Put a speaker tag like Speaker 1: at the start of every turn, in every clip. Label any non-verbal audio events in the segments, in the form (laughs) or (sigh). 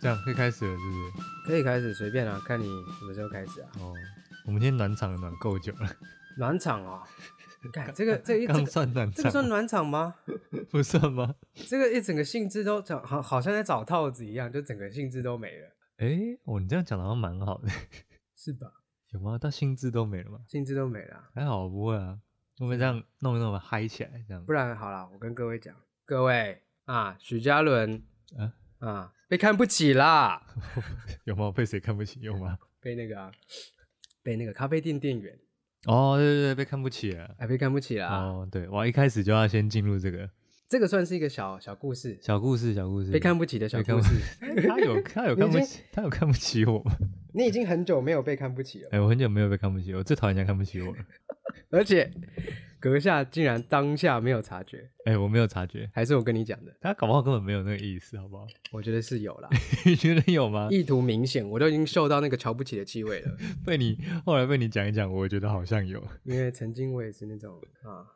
Speaker 1: 这样可以开始了，是不是？
Speaker 2: 可以开始随便啊，看你什么时候开始啊。
Speaker 1: 哦，我们今天暖场暖够久了，
Speaker 2: 暖场哦，看这个这一这
Speaker 1: 刚
Speaker 2: 个
Speaker 1: 算暖
Speaker 2: 这个
Speaker 1: 场
Speaker 2: 算
Speaker 1: 吗，
Speaker 2: 暖场吗？
Speaker 1: 不算吗？
Speaker 2: 这个一整个性质都找好，好像在找套子一样，就整个性质都没了，
Speaker 1: 诶，哦，你这样讲的好像蛮好的，
Speaker 2: 是吧？
Speaker 1: 有吗？到兴致都没了吗？
Speaker 2: 性质都没了啊，
Speaker 1: 还好不会啊，我们这样弄一弄嗨起来，这样
Speaker 2: 不然好啦，我跟各位讲，各位啊，许嘉伦
Speaker 1: 啊？
Speaker 2: 啊，被看不起啦，
Speaker 1: 有吗？我被谁看不起？有吗？
Speaker 2: 被那个啊、被那个咖啡店店员
Speaker 1: 哦，对对对，被看不起了。
Speaker 2: 哎被看不起啦。
Speaker 1: 哦，对，我一开始就要先进入这个
Speaker 2: 这个算是一个小小故事，
Speaker 1: 小故事，小故事。
Speaker 2: 被看不起的小
Speaker 1: 被看
Speaker 2: 故
Speaker 1: 不
Speaker 2: 事。
Speaker 1: 他有他有看不起，他有看不起我吗？
Speaker 2: (laughs) 你已经很久没有被看不起了，
Speaker 1: 哎，我很久没有被看不起，我最讨厌人家看不起我了。
Speaker 2: 而且阁下竟然当下没有察觉，
Speaker 1: 哎，我没有察觉，
Speaker 2: 还是我跟你讲的，
Speaker 1: 他搞不好根本没有那个意思，好不 (laughs) 好？
Speaker 2: 我觉得是有
Speaker 1: (laughs)
Speaker 2: 啦，
Speaker 1: 你觉得有吗？
Speaker 2: 意图明显，我都已经嗅到那个瞧不起的气味
Speaker 1: (laughs)
Speaker 2: 了。
Speaker 1: 被你后来被你讲一讲，我觉得好像有。
Speaker 2: 因为曾经我也是那种啊，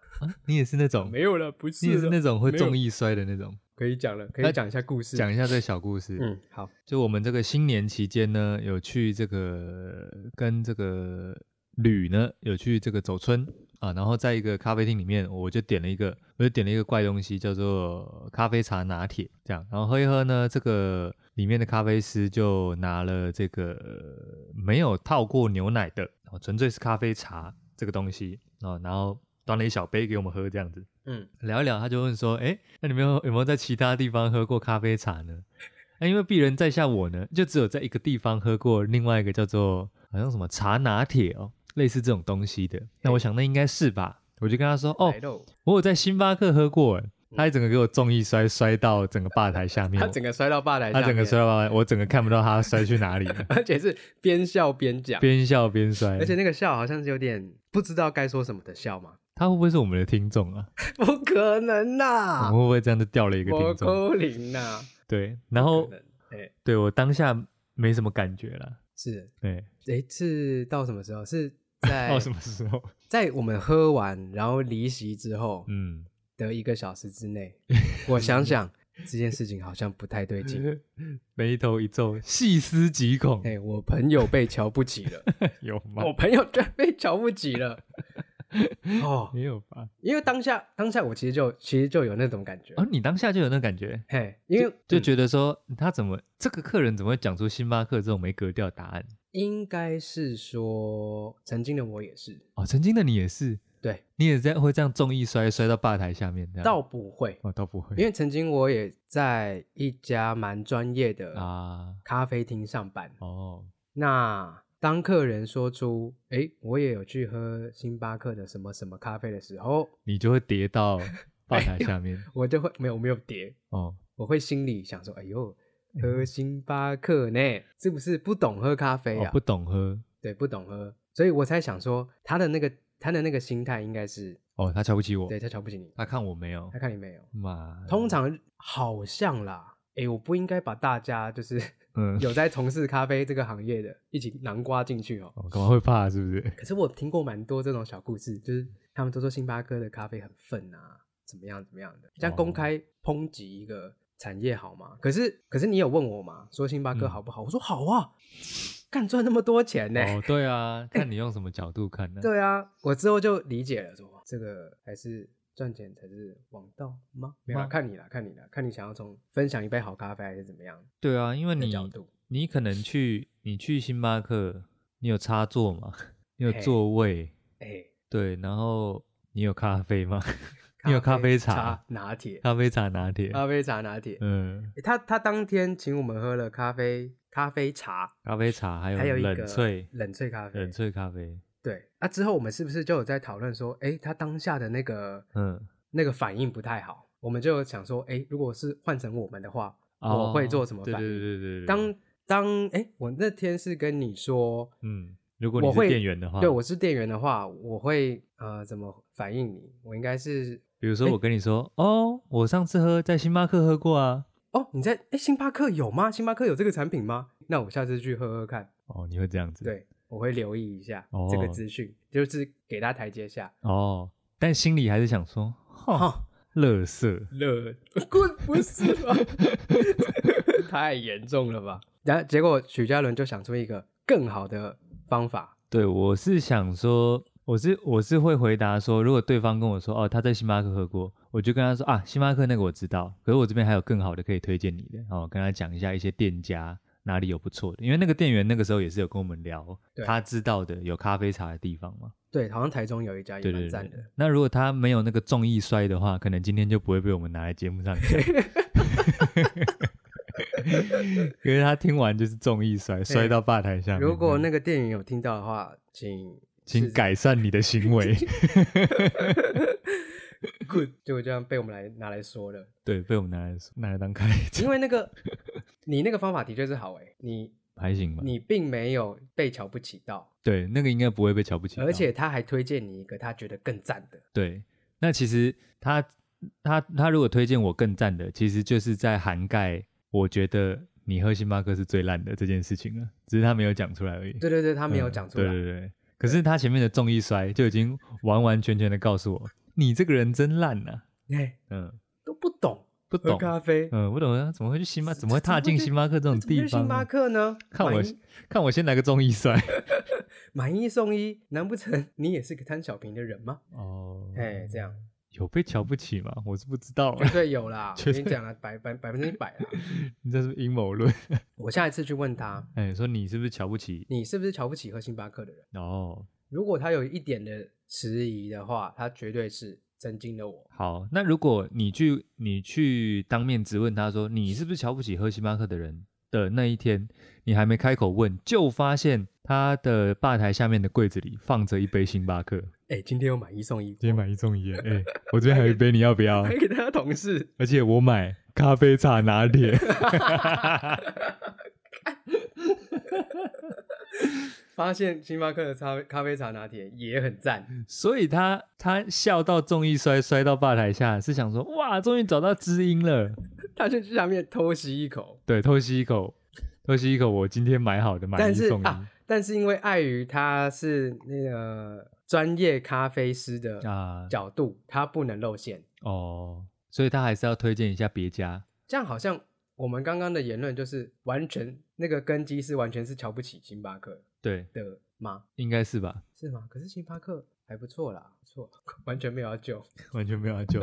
Speaker 1: 你也是那种，
Speaker 2: 没有了，不是
Speaker 1: 你也是那种会
Speaker 2: 没有
Speaker 1: 中意摔的那种。
Speaker 2: 可以讲了，可以讲一下故事。
Speaker 1: 讲一下这个小故事。
Speaker 2: 嗯，好，
Speaker 1: 就我们这个新年期间呢，有去这个跟这个旅呢，有去这个走村啊，然后在一个咖啡厅里面，我就点了一个，我就点了一个怪东西，叫做咖啡茶拿铁，这样，然后喝一喝呢，这个里面的咖啡师就拿了这个呃没有套过牛奶的，哦，纯粹是咖啡茶这个东西啊，然后端了一小杯给我们喝，这样子。
Speaker 2: 嗯，
Speaker 1: 聊一聊，他就问说：“哎、那你们有有没有在其他地方喝过咖啡茶呢？”那、因为鄙人在下我呢，就只有在一个地方喝过另外一个叫做好像什么茶拿铁哦，类似这种东西的。那我想那应该是吧，我就跟他说：“哦
Speaker 2: 来，喽，
Speaker 1: 我有在星巴克喝过。”欸他一整个给我重一摔，摔到整个吧台下面，
Speaker 2: 嗯 (laughs)
Speaker 1: 哦
Speaker 2: 他整个摔到吧台下
Speaker 1: 他
Speaker 2: 面，
Speaker 1: 整个摔到吧台，我整个看不到他摔去哪里了
Speaker 2: (laughs) ，而且是边笑边讲，
Speaker 1: 边笑边摔。
Speaker 2: 而且那个笑好像是有点不知道该说什么的笑嘛， (laughs)
Speaker 1: 他会不会是我们的听众啊？
Speaker 2: 不可能
Speaker 1: 我
Speaker 2: 呐、
Speaker 1: 们会不会这样就掉了一个
Speaker 2: 啊我
Speaker 1: 听众？哦
Speaker 2: 勾零呐，
Speaker 1: 对，然后
Speaker 2: 可能哎、
Speaker 1: 对我当下没什么感觉了。
Speaker 2: 是
Speaker 1: 对，
Speaker 2: 哎是到什么时候？是在
Speaker 1: (laughs) 哦到什么时候？
Speaker 2: 在我们喝完然后离席之后
Speaker 1: (laughs) 嗯，
Speaker 2: 的一个小时
Speaker 1: (laughs)
Speaker 2: 之内，我想想这件事情好像不太对
Speaker 1: (laughs)
Speaker 2: 劲。
Speaker 1: 眉头一皱，细思极恐，
Speaker 2: 哎，我朋友被瞧不起了，
Speaker 1: 有吗？
Speaker 2: 我朋友居然被瞧不起
Speaker 1: (laughs)
Speaker 2: 了。哦，
Speaker 1: 没有吧？
Speaker 2: 因为当下当下我其实就其实就有那种感觉
Speaker 1: 哦，，你当下就有那感觉，
Speaker 2: 嘿，因为
Speaker 1: 就
Speaker 2: 嗯
Speaker 1: 觉得说他怎么这个客人怎么会讲出星巴克这种没格调的答案？
Speaker 2: 应该是说曾经的我也是，
Speaker 1: 哦，曾经的你也是，
Speaker 2: 对，
Speaker 1: 你也在会这样重意摔摔到吧台下面，这样
Speaker 2: 倒不会，
Speaker 1: 哦倒不会
Speaker 2: 因为曾经我也在一家蛮专业的
Speaker 1: 啊
Speaker 2: 咖啡厅上班，
Speaker 1: 哦
Speaker 2: 那当客人说出“诶，我也有去喝星巴克的什么什么咖啡”的时候，
Speaker 1: 你就会跌到吧台下面
Speaker 2: 我就会没有我没有叠，
Speaker 1: 哦，
Speaker 2: 我会心里想说：“哎呦，
Speaker 1: 嗯
Speaker 2: 喝星巴克呢，是不是不懂喝咖啡
Speaker 1: 哦
Speaker 2: 啊？
Speaker 1: 不懂喝
Speaker 2: 对，不懂喝。”所以我才想说，他的那个他的那个心态应该是，
Speaker 1: 哦，他瞧不起我，
Speaker 2: 对他瞧不起你，
Speaker 1: 他看我没有
Speaker 2: 他，看你没有。
Speaker 1: 妈的，
Speaker 2: 通常好像啦，诶，我不应该把大家就是 (laughs)
Speaker 1: 嗯，
Speaker 2: 有在从事咖啡这个行业的一起南瓜进去哦。
Speaker 1: 我干嘛会怕啊是不是？
Speaker 2: 可是我听过蛮多这种小故事，就是他们都说星巴克的咖啡很愤啊，怎么样怎么样的，这样
Speaker 1: 哦
Speaker 2: 公开抨击一个产业好吗？可是可是你有问我嘛，说星巴克
Speaker 1: 嗯
Speaker 2: 好不好？我说好啊，干赚那么多钱呢、
Speaker 1: 哦，对啊，看你用什么角度看呢、
Speaker 2: 哎对啊，我之后就理解了说，哇这个还是赚钱才是王道吗？没有啦，
Speaker 1: 吗
Speaker 2: 看你啦，看你啦，看你想要从分享一杯好咖啡还是怎么样
Speaker 1: 对啊，因为
Speaker 2: 的
Speaker 1: 你
Speaker 2: 角度。
Speaker 1: 你可能去你去星巴克，你有插座吗？ (laughs) 你有
Speaker 2: 嘿
Speaker 1: 座位？
Speaker 2: 哎、
Speaker 1: 对，然后你有咖啡吗？ (laughs) 你有咖啡茶
Speaker 2: 拿铁，
Speaker 1: 咖啡茶拿铁？
Speaker 2: 咖啡茶拿铁。
Speaker 1: 嗯，
Speaker 2: 欸他他当天请我们喝了咖啡、咖啡茶，
Speaker 1: 咖啡茶还有
Speaker 2: 还有一个
Speaker 1: 冷萃
Speaker 2: 冷萃咖啡。
Speaker 1: 冷萃咖啡。
Speaker 2: 对，那、之后我们是不是就有在讨论说，哎、他当下的那个
Speaker 1: 嗯，
Speaker 2: 那个反应不太好，我们就有想说，哎、如果是换成我们的话，
Speaker 1: 哦
Speaker 2: 我会做什么
Speaker 1: 对
Speaker 2: 反应？
Speaker 1: 对对对对。
Speaker 2: 当当哎、我那天是跟你说，
Speaker 1: 嗯，啊如果
Speaker 2: 我
Speaker 1: 你
Speaker 2: 会
Speaker 1: 是店员的话，
Speaker 2: 对我是店员的话，我会呃怎么反应你？我应该是
Speaker 1: 比如说我跟你说，哦，我上次喝在星巴克喝过啊。
Speaker 2: 哦，你在哎、星巴克有吗？星巴克有这个产品吗？那我下次去喝喝看。
Speaker 1: 哦，你会这样子？。
Speaker 2: 对，我会留意一下这个
Speaker 1: 哦
Speaker 2: 资讯，就是给他台阶下。
Speaker 1: 哦，但心里还是想说，
Speaker 2: (laughs)
Speaker 1: 哈，
Speaker 2: 哦，
Speaker 1: 乐色。
Speaker 2: 乐滚不是吧？ (laughs) 太严重了吧？然后结果许家伦就想出一个更好的方法，
Speaker 1: 对，我是想说，我是我是会回答说，如果对方跟我说哦他在星巴克喝过，我就跟他说啊星巴克那个我知道，可是我这边还有更好的可以推荐你的，然后跟他讲一下一些店家哪里有不错的，因为那个店员那个时候也是有跟我们聊
Speaker 2: 对
Speaker 1: 他知道的有咖啡茶的地方嘛，
Speaker 2: 对，好像台中有一家也
Speaker 1: 对对
Speaker 2: 蛮
Speaker 1: 对
Speaker 2: 赞
Speaker 1: 对
Speaker 2: 的，。
Speaker 1: 那如果他没有那个重易摔的话，可能今天就不会被我们拿来节目上讲。 (laughs) 可是他听完就是重易
Speaker 2: (laughs)
Speaker 1: 摔，摔到吧台下面。
Speaker 2: 如果
Speaker 1: 嗯
Speaker 2: 那个店员有听到的话，
Speaker 1: (laughs)
Speaker 2: 请
Speaker 1: 请改善你的行为。
Speaker 2: good，结果这样被我们来拿来说了。
Speaker 1: 对，被我们拿来拿来当开
Speaker 2: 因
Speaker 1: 讲，
Speaker 2: 为
Speaker 1: (laughs)
Speaker 2: 那个你那个方法的确是好诶、你
Speaker 1: 还行吧。
Speaker 2: 你并没有被瞧不起到，
Speaker 1: 对，那个应该不会被瞧不起到。
Speaker 2: 而且他还推荐你一个他觉得更赞的，
Speaker 1: 对，那其实他他他如果推荐我更赞的，其实就是在涵盖我觉得你喝星巴克是最烂的这件事情了，只是他没有讲出来而已。
Speaker 2: 对对对，他没有
Speaker 1: 嗯
Speaker 2: 讲出
Speaker 1: 对
Speaker 2: 来，
Speaker 1: 对对，可是他前面的重一摔就已经完完全全的告诉我，你这个人真烂呐、
Speaker 2: 哎
Speaker 1: 嗯，
Speaker 2: 都不懂
Speaker 1: 不
Speaker 2: 喝
Speaker 1: 懂。
Speaker 2: 咖啡，
Speaker 1: 嗯，不懂啊，怎么会去星巴？怎么会
Speaker 2: 怎么
Speaker 1: 踏
Speaker 2: 会
Speaker 1: 进
Speaker 2: 去
Speaker 1: 星巴克这种
Speaker 2: 怎么
Speaker 1: 地
Speaker 2: 去
Speaker 1: 方
Speaker 2: 星
Speaker 1: 呢？
Speaker 2: 巴克呢？
Speaker 1: 看
Speaker 2: 买
Speaker 1: 我
Speaker 2: 一
Speaker 1: 看我先来个重一摔。
Speaker 2: 买一送一，难不成你也是个贪小便宜的人吗？
Speaker 1: 哦，
Speaker 2: 哎，这样
Speaker 1: 有被瞧不起吗？我是不知道啊 (laughs)
Speaker 2: (laughs) 绝，对有啦，我
Speaker 1: 绝
Speaker 2: 跟你讲了，百百百分之一百啦。
Speaker 1: 你这是阴谋论。
Speaker 2: (laughs) 我下一次去问他，
Speaker 1: 哎，说你是不是瞧不起？
Speaker 2: 你是不是瞧不起喝星巴克的人？
Speaker 1: 哦，
Speaker 2: 如果他有一点的迟疑的话，他绝对是震惊了我。
Speaker 1: 好，那如果你去你去当面质问他说你是不是瞧不起喝星巴克的人的那一天，你还没开口问，就发现他的吧台下面的柜子里放着一杯星巴克，
Speaker 2: 哎，今天有买一送一，
Speaker 1: 买一送一，哎，我这边还有一杯，你要不要 (laughs)
Speaker 2: 还给他同事，
Speaker 1: 而且我买咖啡茶拿铁，
Speaker 2: 发现星巴克的咖啡咖啡茶拿铁也很赞，
Speaker 1: (laughs) 所以他他笑到重一摔摔到吧台下，是想说哇，终于找到知音了。
Speaker 2: 他就去下面偷吸一口，
Speaker 1: 对，偷吸一口，偷吸一口，我今天买好的买
Speaker 2: 但
Speaker 1: 一
Speaker 2: 是
Speaker 1: 送一
Speaker 2: 啊但是因为碍于他是那个专业咖啡师的
Speaker 1: 啊
Speaker 2: 角度，他不能露馅。
Speaker 1: 哦，所以他还是要推荐一下别家。
Speaker 2: 这样好像我们刚刚的言论就是完全那个根基是完全是瞧不起星巴克
Speaker 1: 对，
Speaker 2: 的吗？
Speaker 1: 应该是吧？
Speaker 2: 是吗？可是星巴克还不错啦，不错， (laughs) 完全没有要救。
Speaker 1: 完全没有要救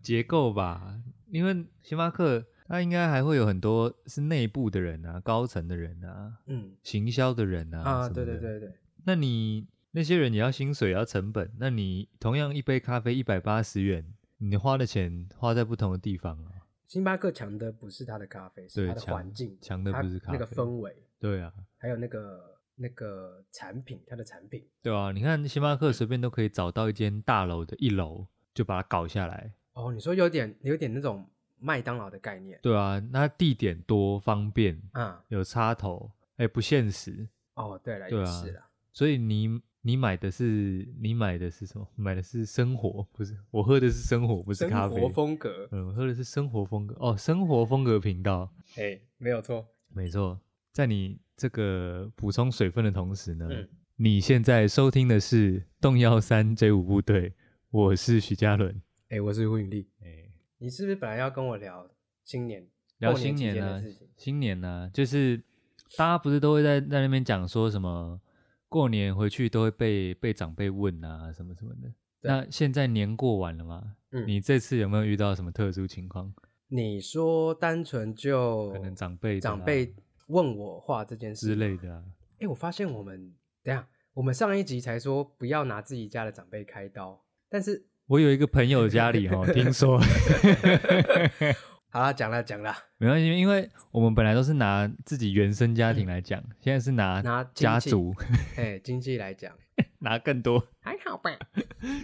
Speaker 1: 结构吧，因为星巴克它应该还会有很多是内部的人啊、高层的人啊、
Speaker 2: 嗯
Speaker 1: 行销的人啊
Speaker 2: 啊，
Speaker 1: 什么
Speaker 2: 对对
Speaker 1: 的
Speaker 2: 对对，
Speaker 1: 那你那些人也要薪水，也要成本。那你同样一杯咖啡一百八十元，你花的钱花在不同的地方啊。
Speaker 2: 星巴克强的不是它的咖啡，是
Speaker 1: 对
Speaker 2: 它的
Speaker 1: 强
Speaker 2: 环境，
Speaker 1: 强的
Speaker 2: 它
Speaker 1: 不是咖
Speaker 2: 那个
Speaker 1: 啡
Speaker 2: 氛围，
Speaker 1: 对啊，
Speaker 2: 还有那个那个产品，它的产品
Speaker 1: 对啊。你看星巴克随便都可以找到一间大楼的一楼就把它搞下来。
Speaker 2: 哦，你说有点有点那种麦当劳的概念
Speaker 1: 对啊，那地点多方便，
Speaker 2: 啊、
Speaker 1: 有插头，哎，不现实。
Speaker 2: 哦，对了，
Speaker 1: 嗯对
Speaker 2: 也
Speaker 1: 啊
Speaker 2: 是啦，
Speaker 1: 所以你你买的是你买的是什么？买的是生活，不是我喝的是生活，不是
Speaker 2: 生
Speaker 1: 咖啡。
Speaker 2: 活风格，
Speaker 1: 嗯，我喝的是生活风格哦，生活风格频道。
Speaker 2: 哎，没有错，
Speaker 1: 没错，在你这个补充水分的同时呢，
Speaker 2: 嗯，
Speaker 1: 你现在收听的是动幺三 J 五部队，我是徐嘉伦。
Speaker 2: 哎，我是胡允丽，
Speaker 1: 哎、
Speaker 2: 你是不是本来要跟我聊新年
Speaker 1: 聊
Speaker 2: 过
Speaker 1: 新
Speaker 2: 期间
Speaker 1: 年
Speaker 2: 的
Speaker 1: 啊
Speaker 2: 事情？，
Speaker 1: 新年呢、就是大家不是都会在在那边讲说什么过年回去都会被被长辈问啊什么什么的。
Speaker 2: 对
Speaker 1: 那现在年过完了嘛，
Speaker 2: 嗯
Speaker 1: 你这次有没有遇到什么特殊情况？
Speaker 2: 你说单纯就
Speaker 1: 可能长辈的
Speaker 2: 长
Speaker 1: 啦
Speaker 2: 辈问我话这件事
Speaker 1: 之
Speaker 2: 吗
Speaker 1: 类的啊？
Speaker 2: 哎、我发现我们等一下，我们上一集才说不要拿自己家的长辈开刀，但是
Speaker 1: 我有一个朋友家里哦，听
Speaker 2: (laughs)
Speaker 1: 说。
Speaker 2: 好啦，讲了讲了，
Speaker 1: 没关系，因为我们本来都是拿自己原生家庭来讲，现在是拿
Speaker 2: 嗯拿亲
Speaker 1: 家
Speaker 2: 戚
Speaker 1: 族 (laughs)
Speaker 2: 哎、经济来讲
Speaker 1: 拿更多， (laughs)
Speaker 2: 还好吧，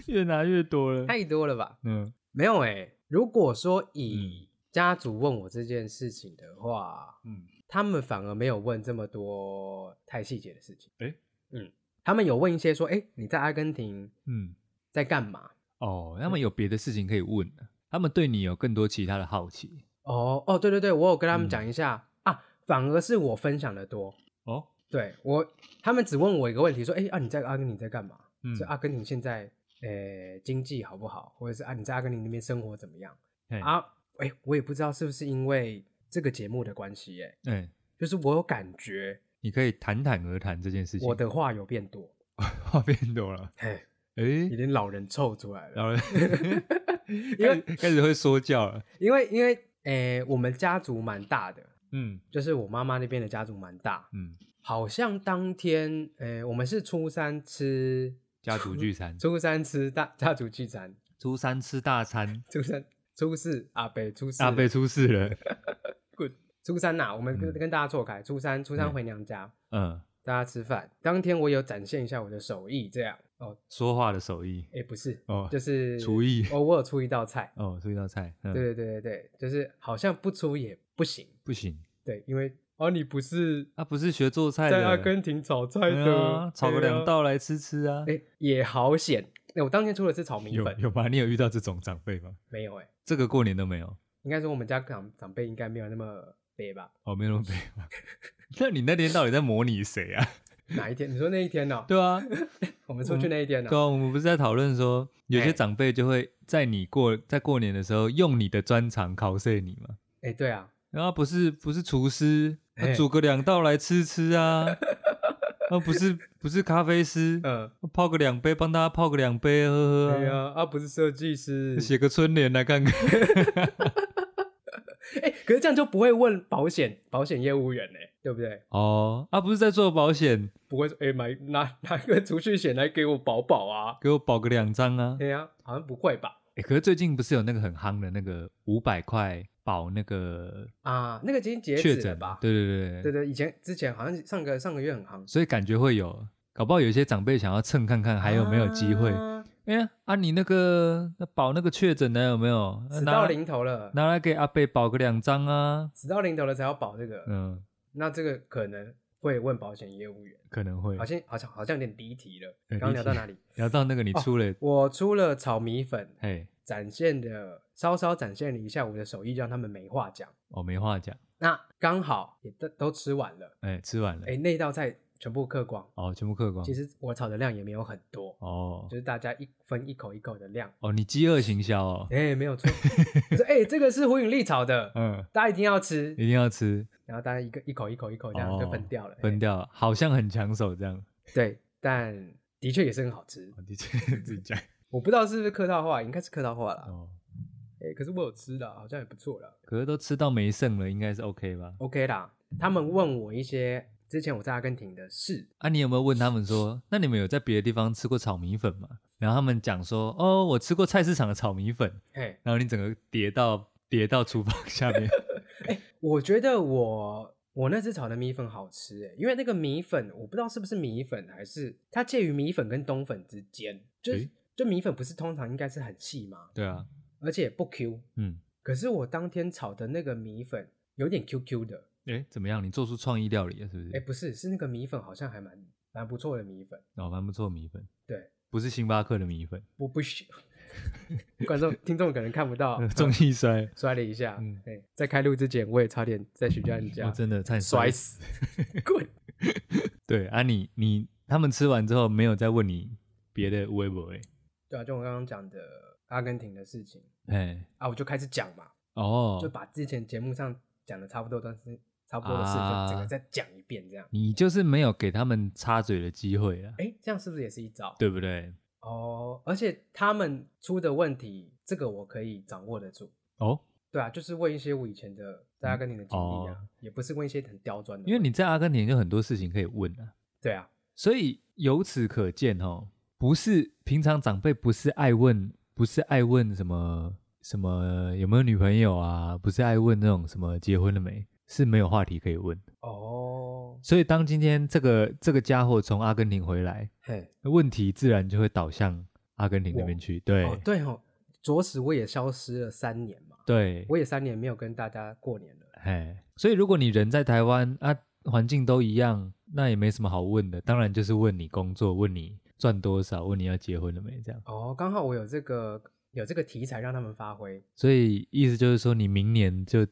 Speaker 1: 越拿越多了。
Speaker 2: 太多了吧？
Speaker 1: 嗯，
Speaker 2: 没有哎、如果说以家族问我这件事情的话，
Speaker 1: 嗯，
Speaker 2: 他们反而没有问这么多太细节的事情。
Speaker 1: 诶
Speaker 2: 嗯，他们有问一些说，哎、你在阿根廷
Speaker 1: 嗯，
Speaker 2: 在干嘛？
Speaker 1: 哦，他们有别的事情可以问，他们对你有更多其他的好奇。
Speaker 2: 哦哦，对对对，我有跟他们
Speaker 1: 嗯
Speaker 2: 讲一下、啊，反而是我分享的多。
Speaker 1: 哦，
Speaker 2: 对我，他们只问我一个问题，说：“哎、啊，你在阿根廷在干嘛？
Speaker 1: 嗯
Speaker 2: 说、阿根廷现在呃经济好不好，或者是啊你在阿根廷那边生活怎么样
Speaker 1: 嘿，
Speaker 2: 啊？”哎、我也不知道是不是因为这个节目的关系、耶，
Speaker 1: 哎、
Speaker 2: 就是我有感觉
Speaker 1: 你可以侃侃而谈这件事情。
Speaker 2: 我的话有变多，
Speaker 1: 话变多了，
Speaker 2: 嘿，
Speaker 1: 哎、
Speaker 2: 有点老人臭出来
Speaker 1: (laughs)
Speaker 2: 了。
Speaker 1: 然后
Speaker 2: (laughs) 因为
Speaker 1: 开始会说教了。
Speaker 2: 因为因为诶、我们家族蛮大的，
Speaker 1: 嗯
Speaker 2: 就是我妈妈那边的家族蛮大，
Speaker 1: 嗯，
Speaker 2: 好像当天诶、我们是初三吃
Speaker 1: 家族聚餐，
Speaker 2: 初三吃大家族聚餐，
Speaker 1: 初三吃大餐，
Speaker 2: 初三初四阿北初四
Speaker 1: 阿贝出事了。
Speaker 2: 初三呐、我们跟、
Speaker 1: 嗯
Speaker 2: 跟大家错开，初三初三
Speaker 1: 嗯
Speaker 2: 回娘家，
Speaker 1: 嗯，
Speaker 2: 大家吃饭。当天我有展现一下我的手艺，这样哦，
Speaker 1: 说话的手艺，
Speaker 2: 诶，不是，
Speaker 1: 哦
Speaker 2: 就是
Speaker 1: 厨艺
Speaker 2: 哦，我有出一道菜，
Speaker 1: 哦，出一道菜，嗯，
Speaker 2: 对对对对对，就是好像不出也不行，
Speaker 1: 不行，
Speaker 2: 对，因为哦，你不是
Speaker 1: 啊，不是学做菜的，
Speaker 2: 在阿根廷炒菜
Speaker 1: 对啊
Speaker 2: 的，
Speaker 1: 炒个
Speaker 2: 对啊
Speaker 1: 两，道来吃吃啊。
Speaker 2: 哎，也好险。哎，我当天出的是炒米
Speaker 1: 有
Speaker 2: 粉，
Speaker 1: 有吗？你有遇到这种长辈吗？
Speaker 2: 没有哎，
Speaker 1: 这个过年都没有，
Speaker 2: 应该说我们家长长辈应该没有那么悲吧？
Speaker 1: 哦，没有被吗？ (laughs) 那你那天到底在模拟谁啊？ (laughs)
Speaker 2: 哪一天？你说那一天呢？
Speaker 1: 对啊，
Speaker 2: (laughs) 我们出去那一天呢哦
Speaker 1: 对？啊，我们不是在讨论说，有些
Speaker 2: 哎
Speaker 1: 长辈就会在你过在过年的时候用你的专长考试你嘛，
Speaker 2: 哎，对啊，
Speaker 1: 然后不是不是厨师，啊
Speaker 2: 哎
Speaker 1: 煮个两道来吃吃啊，啊不
Speaker 2: (laughs)
Speaker 1: 是不是咖啡师，
Speaker 2: 嗯，
Speaker 1: 泡个两杯，帮大家泡个两杯喝
Speaker 2: 对
Speaker 1: 喝啊，
Speaker 2: 啊，啊，不是设计师，
Speaker 1: 写个春联来看看。 (laughs)
Speaker 2: 哎、可是这样就不会问保险保险业务员呢、对不对？
Speaker 1: 哦，啊不是在做保险，
Speaker 2: 不会说，哎、买拿拿一个储蓄险来给我保保啊？
Speaker 1: 给我保个两张啊。
Speaker 2: 对啊，好像不会吧？
Speaker 1: 哎，可是最近不是有那个很夯的那个五百块保那个
Speaker 2: 啊，那个已经截
Speaker 1: 确
Speaker 2: 止
Speaker 1: 诊
Speaker 2: 了吧？
Speaker 1: 对对对
Speaker 2: 对对，以前之前好像上个上个月很夯，
Speaker 1: 所以感觉会有，搞不好有一些长辈想要蹭看看还有没有机会。
Speaker 2: 啊
Speaker 1: 哎呀啊，你那个那保那个确诊的有没有？啊
Speaker 2: 死
Speaker 1: 拿
Speaker 2: 到
Speaker 1: 来
Speaker 2: 临头了，
Speaker 1: 拿来给阿贝保个两张啊。
Speaker 2: 死到临头了才要保这个，
Speaker 1: 嗯，
Speaker 2: 那这个可能会问保险业务员，
Speaker 1: 可能会
Speaker 2: 好像好像好像有点离题了。
Speaker 1: 对
Speaker 2: 刚刚
Speaker 1: 离
Speaker 2: 聊到
Speaker 1: 题 (laughs)
Speaker 2: 哪里？
Speaker 1: 聊到那个你
Speaker 2: 哦
Speaker 1: 出了，
Speaker 2: 我出了炒米粉，
Speaker 1: 嘿，
Speaker 2: 展现的稍稍展现了一下我的手艺，让他们没话讲。
Speaker 1: 我、哦没话讲，
Speaker 2: 那刚好也都都吃完了，
Speaker 1: 哎，吃完了，
Speaker 2: 哎，那道菜全部嗑光。
Speaker 1: 哦，全部嗑光
Speaker 2: 其。实我炒的量也没有很多，
Speaker 1: 哦
Speaker 2: 就是大家一分一口一口的量。
Speaker 1: 哦，你饥饿行销哦，
Speaker 2: 哎，没
Speaker 1: (laughs)
Speaker 2: 有错。我说哎，这个是胡永丽炒的，
Speaker 1: 嗯，
Speaker 2: 大家一定要吃
Speaker 1: 一。定要吃，
Speaker 2: 然后大家一个一口一口一口这样就分掉了，
Speaker 1: 分
Speaker 2: 掉。
Speaker 1: 掉，好像很抢手这样。
Speaker 2: 对，但的确也是很好吃。
Speaker 1: 哦的确 (laughs) 自己讲
Speaker 2: 我不知道是不是客套话，应该是客套话啦。
Speaker 1: 哦，
Speaker 2: 哎，可是我有吃的，好像也不错啦。
Speaker 1: 可是都吃到没剩了，应该是 OK 吧？
Speaker 2: OK 啦，他们问我一些之前我在阿根廷的事，
Speaker 1: 啊，你有没有问他们说，那你们有在别的地方吃过炒米粉吗？然后他们讲说，哦，我吃过菜市场的炒米粉。
Speaker 2: 嘿，
Speaker 1: 然后你整个跌到跌到厨房 (laughs) 下面，
Speaker 2: 我觉得我我那次炒的米粉好吃诶，因为那个米粉我不知道是不是米粉，还是它介于米粉跟冬粉之间，就是、
Speaker 1: 诶
Speaker 2: 就米粉不是通常应该是很细吗？
Speaker 1: 对啊，
Speaker 2: 而且也不 Q，
Speaker 1: 嗯，
Speaker 2: 可是我当天炒的那个米粉有点 QQ 的，
Speaker 1: 哎，怎么样？你做出创意料理了是不
Speaker 2: 哎，
Speaker 1: 是？
Speaker 2: 不是，是那个米粉好像还蛮蛮不错的米粉，
Speaker 1: 哦，蛮不错米粉，
Speaker 2: 对，
Speaker 1: 不是星巴克的米粉，，
Speaker 2: 我不需， (laughs) 观众听众可能看不到
Speaker 1: 呃
Speaker 2: 嗯
Speaker 1: 重力摔，
Speaker 2: 摔了一下，
Speaker 1: 嗯
Speaker 2: 哎，在开录之前我也差点在许家人
Speaker 1: 我
Speaker 2: 家
Speaker 1: 哦真的差点
Speaker 2: 摔。死，滚。
Speaker 1: 对啊你，你他们吃完之后没有再问你别的微博哎，
Speaker 2: (laughs) 对啊，就我刚刚讲的阿根廷的事情
Speaker 1: 哎，
Speaker 2: 啊，我就开始讲嘛，
Speaker 1: 哦
Speaker 2: 就，把之前节目上讲的差不多，但是差不多的事
Speaker 1: 啊
Speaker 2: 就整个再讲一遍，这样。
Speaker 1: 你就是没有给他们插嘴的机会啊，
Speaker 2: 哎、这样是不是也是一招？
Speaker 1: 对不对？
Speaker 2: 哦，而且他们出的问题，这个我可以掌握得住。
Speaker 1: 哦，
Speaker 2: 对啊，就是问一些我以前的在阿根廷的经历啊，
Speaker 1: 哦
Speaker 2: 也不是问一些很刁钻的问题。
Speaker 1: 因为你在阿根廷就很多事情可以问啊，
Speaker 2: 对啊，
Speaker 1: 所以由此可见，哦，不是平常长辈不是爱问，不是爱问什么什么有没有女朋友啊，不是爱问那种什么结婚了没，是没有话题可以问。
Speaker 2: 哦，
Speaker 1: 所以当今天这个这个家伙从阿根廷回来，
Speaker 2: 嘿，
Speaker 1: 问题自然就会导向阿根廷那边去。对、
Speaker 2: 哦，对哦，着实我也消失了三年嘛，
Speaker 1: 对，
Speaker 2: 我也三年没有跟大家过年了。
Speaker 1: 哎，所以如果你人在台湾啊，环境都一样，那也没什么好问的。当然就是问你工作，问你赚多少，问你要结婚了没这样。
Speaker 2: 哦，刚好我有这个有这个题材让他们发挥。
Speaker 1: 所以意思就是说，你明年就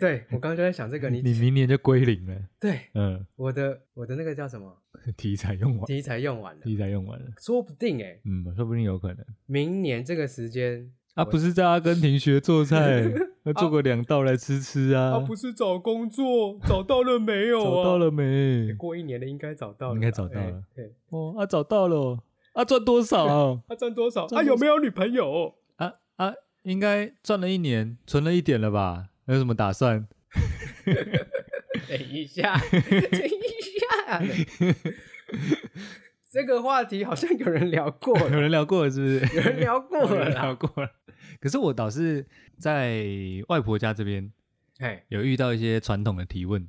Speaker 2: 对我刚刚就在想这个，你
Speaker 1: (laughs) 你明年就归零了，
Speaker 2: 对
Speaker 1: 嗯，
Speaker 2: 我的我的那个叫什么
Speaker 1: 题材用完，
Speaker 2: 题材用完了，
Speaker 1: 题材用完了，
Speaker 2: 说不定哎、
Speaker 1: 嗯，说不定有可能。
Speaker 2: 明年这个时间
Speaker 1: 啊，不是在阿根廷学做 (laughs) 菜，要做个两道来吃吃啊。哦
Speaker 2: 啊，不是找工作找到了没有、啊？
Speaker 1: 找到了没？
Speaker 2: 过一年了，应该找到了啦，
Speaker 1: 应该找到
Speaker 2: 哎
Speaker 1: 了。
Speaker 2: 哎
Speaker 1: 哦，啊，找到了哦，啊，赚多少 (laughs) 啊？
Speaker 2: 他赚多
Speaker 1: 赚
Speaker 2: 少？
Speaker 1: 多
Speaker 2: 他
Speaker 1: 少
Speaker 2: 有没有女朋友？
Speaker 1: 啊啊，应该赚了一年，存了一点了吧？有什么打算？
Speaker 2: 等一
Speaker 1: (laughs)
Speaker 2: 下，等一下，这个话题好像有人聊过
Speaker 1: (laughs)
Speaker 2: 了，
Speaker 1: 有人聊过了是不是？
Speaker 2: 有人聊过
Speaker 1: 有
Speaker 2: 了
Speaker 1: 人
Speaker 2: 啦。
Speaker 1: 聊过了。可是我倒是在外婆家这边
Speaker 2: 哎，
Speaker 1: 有遇到一些传统的提问。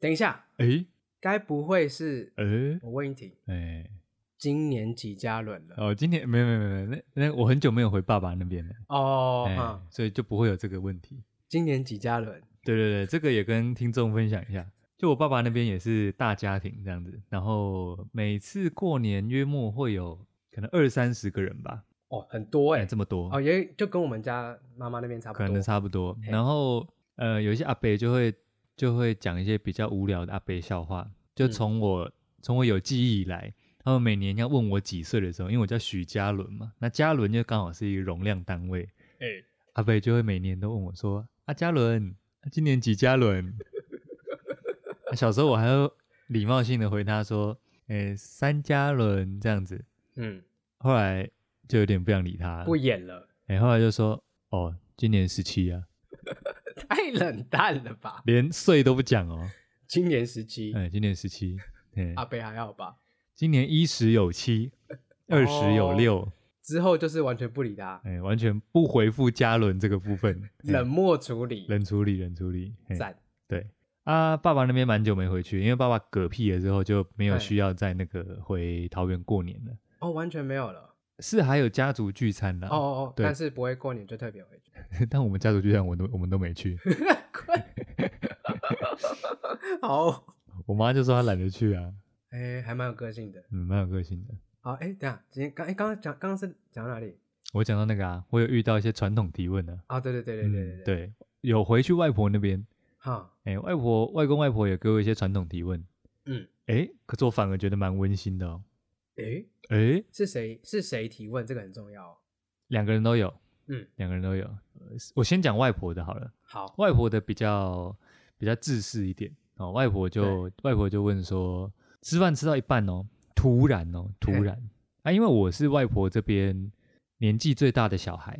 Speaker 2: 等一下，
Speaker 1: 诶
Speaker 2: 该不会是
Speaker 1: 诶
Speaker 2: 我问一题，
Speaker 1: 诶，
Speaker 2: 今年几加仑了？
Speaker 1: 哎哦，今天没有没有没有，那那我很久没有回爸爸那边了，
Speaker 2: 哦，
Speaker 1: 哎
Speaker 2: 哈，
Speaker 1: 所以就不会有这个问题。
Speaker 2: 今年几加仑？
Speaker 1: 对对对，这个也跟听众分享一下。就我爸爸那边也是大家庭这样子，然后每次过年约莫会有可能二三十个人吧，
Speaker 2: 哦，很多
Speaker 1: 哎、
Speaker 2: 哎，
Speaker 1: 这么多，
Speaker 2: 哦，也就跟我们家妈妈那边差不
Speaker 1: 可
Speaker 2: 多，
Speaker 1: 能差不多。
Speaker 2: 嘿
Speaker 1: 然后呃，有一些阿伯就会就会讲一些比较无聊的阿伯笑话，就
Speaker 2: 嗯
Speaker 1: 从我、从我有记忆以来，他们每年要问我几岁的时候，因为我叫许嘉伦嘛，那嘉伦就刚好是一个容量单位，
Speaker 2: 哎，
Speaker 1: 阿伯就会每年都问我说：“啊，嘉伦，啊今年几嘉伦？” (laughs) 啊小时候我还会礼貌性的回他说：“诶、三嘉伦这样子。
Speaker 2: 嗯，”
Speaker 1: 后来就有点不想理他了，
Speaker 2: 不演了，
Speaker 1: 哎、后来就说：“哦，今年十七啊，
Speaker 2: 太冷淡了吧？
Speaker 1: 连岁都不讲哦。
Speaker 2: 今年十七，
Speaker 1: 哎、今年十七，哎，
Speaker 2: 阿北还好吧？
Speaker 1: 今年一十有七，二十有六、
Speaker 2: 之后就是完全不理他，
Speaker 1: 哎、完全不回复嘉伦这个部分，哎
Speaker 2: 冷漠处理，
Speaker 1: 冷处理，冷处理，哎
Speaker 2: 赞，
Speaker 1: 对啊，爸爸那边蛮久没回去，因为爸爸嗝屁了之后就没有
Speaker 2: 哎
Speaker 1: 需要在那个回桃园过年了，
Speaker 2: 哦，完全没有了，
Speaker 1: 是还有家族聚餐啦。
Speaker 2: 哦哦
Speaker 1: 嗯
Speaker 2: 哦，
Speaker 1: 对
Speaker 2: 但是不会过年就特别回去，
Speaker 1: (laughs)
Speaker 2: (laughs)
Speaker 1: 但我们家族聚餐我都我们都没去，
Speaker 2: 快，好，
Speaker 1: 我妈就说她懒得去啊，
Speaker 2: 哎，还蛮有个性的。
Speaker 1: 嗯，蛮有个性的。
Speaker 2: 好，哎，等一下，今天刚哎刚刚讲刚刚是讲到哪里？
Speaker 1: 我讲到那个啊，我有遇到一些传统提问啊，
Speaker 2: 啊，对对对对对
Speaker 1: 嗯
Speaker 2: 对，
Speaker 1: 对，有回去外婆那边，
Speaker 2: 哈，
Speaker 1: 哎、外婆外公外婆也给我一些传统提问，
Speaker 2: 嗯，
Speaker 1: 哎、可是我反而觉得蛮温馨的哦，
Speaker 2: 哎，
Speaker 1: 哎、
Speaker 2: 是谁是谁提问？这个很重要哦。
Speaker 1: 两个人都有，
Speaker 2: 嗯，
Speaker 1: 两个人都有，呃我先讲外婆的好了。
Speaker 2: 好，
Speaker 1: 外婆的比较比较自私一点哦，外婆就外婆就问说，吃饭吃到一半哦，突然哦，突
Speaker 2: 嘿
Speaker 1: 然啊，因为我是外婆这边年纪最大的小孩，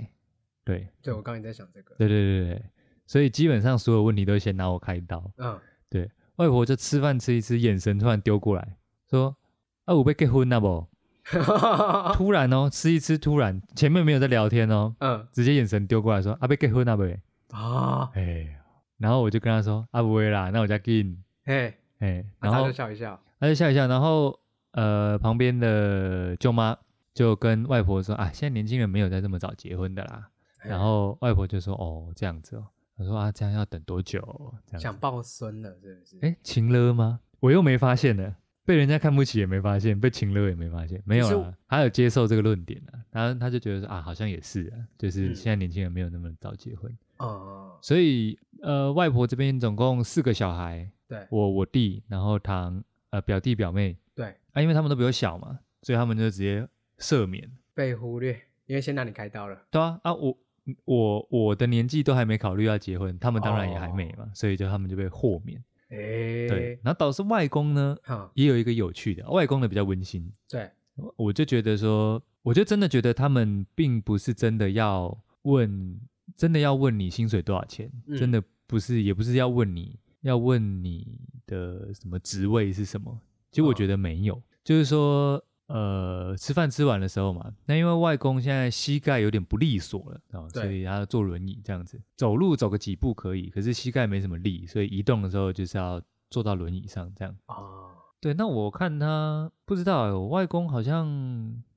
Speaker 1: 对
Speaker 2: 对我刚刚也在想这个，
Speaker 1: 对对对对，所以基本上所有问题都先拿我开刀。
Speaker 2: 嗯， (laughs)
Speaker 1: 外婆就吃饭吃一吃，眼神突然丢过来说：“啊，我被结婚了不？”
Speaker 2: 啊
Speaker 1: 突然哦，吃一吃，突然前面没有在聊天哦，
Speaker 2: 嗯
Speaker 1: 直接眼神丢过来说：“啊，被结婚了不？”
Speaker 2: 啊，
Speaker 1: 哎，然后我就跟他说：“啊，不会啦，那我家进。”
Speaker 2: 嘿，啊
Speaker 1: 哎、
Speaker 2: 那
Speaker 1: 然
Speaker 2: 他
Speaker 1: 后
Speaker 2: 就笑一笑，
Speaker 1: 他就笑一笑，然后呃，旁边的舅妈就跟外婆说啊，现在年轻人没有再这么早结婚的啦。
Speaker 2: 嘿
Speaker 1: 然后外婆就说哦，这样子哦，她说啊，这样要等多久？这样
Speaker 2: 想
Speaker 1: 子，
Speaker 2: 抱孙了，是不是？
Speaker 1: 哎，情了吗？我又没发现呢，被人家看不起也没发现，被情了也没发现，没有
Speaker 2: 可是
Speaker 1: 啦，他有接受这个论点啊，他他就觉得说啊，好像也是啊，就是
Speaker 2: 嗯
Speaker 1: 现在年轻人没有那么早结婚，
Speaker 2: 嗯，
Speaker 1: 所以呃，外婆这边总共四个小孩，
Speaker 2: 对
Speaker 1: 我我弟，然后堂呃表弟表妹。
Speaker 2: 对，
Speaker 1: 啊，因为他们都比我小嘛，所以他们就直接赦免。
Speaker 2: 被忽略，因为先让你开刀了，
Speaker 1: 对啊，啊，我我我的年纪都还没考虑要结婚，他们当然也还没嘛，所以就他们就被豁免。哦对
Speaker 2: 哎，，
Speaker 1: 然后导致外公呢
Speaker 2: 哈，
Speaker 1: 也有一个有趣的，外公的比较温馨，
Speaker 2: 对，
Speaker 1: 我我就觉得说，我就真的觉得他们并不是真的要问，真的要问你薪水多少钱，
Speaker 2: 嗯
Speaker 1: 真的不是，也不是要问你要问你的什么职位是什么。其实我
Speaker 2: 嗯
Speaker 1: 觉得没有，就是说，呃，吃饭吃完的时候嘛，那因为外公现在膝盖有点不利索了啊、哦，
Speaker 2: 对
Speaker 1: 所以他坐轮椅这样子，走路走个几步可以，可是膝盖没什么力，所以移动的时候就是要坐到轮椅上这样。
Speaker 2: 哦，
Speaker 1: 对，那我看他不知道欸，我外公好像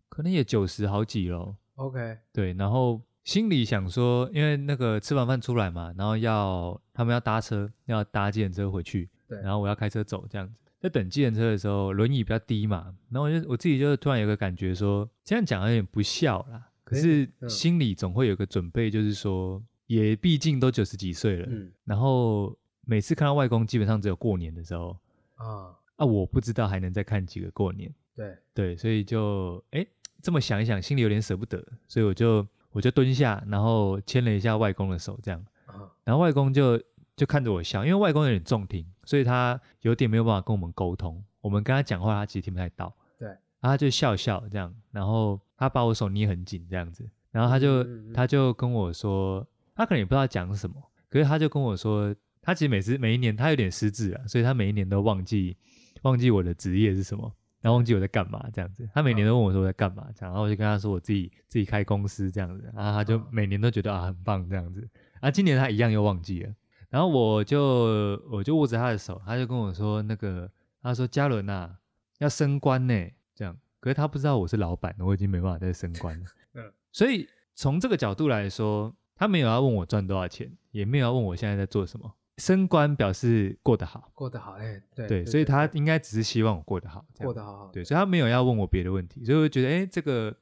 Speaker 1: 可能也九十好几咯。
Speaker 2: OK，
Speaker 1: 对，然后心里想说，因为那个吃完饭出来嘛，然后要他们要搭车，要搭计程车回去，
Speaker 2: 对
Speaker 1: 然后我要开车走这样子。在等计程车的时候，轮椅比较低嘛，然后我就我自己就突然有个感觉说，这样讲有点不孝啦，可
Speaker 2: 诶
Speaker 1: 是
Speaker 2: 嗯
Speaker 1: 心里总会有个准备，就是说，也毕竟都九十几岁了，
Speaker 2: 嗯，
Speaker 1: 然后每次看到外公，基本上只有过年的时候，
Speaker 2: 啊，
Speaker 1: 啊，我不知道还能再看几个过年，
Speaker 2: 对，
Speaker 1: 对，所以就哎这么想一想，心里有点舍不得，所以我就我我就蹲下，然后牵了一下外公的手，这样，
Speaker 2: 啊，
Speaker 1: 然后外公就就看着我笑，因为外公有点重听，所以他有点没有办法跟我们沟通。我们跟他讲话，他其实听不太到。
Speaker 2: 对
Speaker 1: 然后他就笑笑这样，然后他把我手捏很紧这样子，然后他就、
Speaker 2: 嗯嗯嗯
Speaker 1: 他就跟我说，他可能也不知道讲什么，可是他就跟我说，他其实每次每一年他有点失智啊，所以他每一年都忘记忘记我的职业是什么。然后忘记我在干嘛这样子，他每年都问我说我在干嘛这样，然后我就跟他说我自己自己开公司这样子，然后他就
Speaker 2: 嗯
Speaker 1: 每年都觉得啊很棒这样子，啊，今年他一样又忘记了，然后我就我就握着他的手，他就跟我说那个，他说嘉伦啊，要升官呢，这样，可是他不知道我是老板，我已经没办法再升官了，
Speaker 2: (laughs) 嗯，
Speaker 1: 所以从这个角度来说，他没有要问我赚多少钱，也没有要问我现在在做什么，升官表示过得好，
Speaker 2: 过得好，哎，对
Speaker 1: 对，所以他应该只是希望我过得好，这样
Speaker 2: 过得好好，
Speaker 1: 对，所以他没有要问我别的问题，所以我就觉得，哎，这个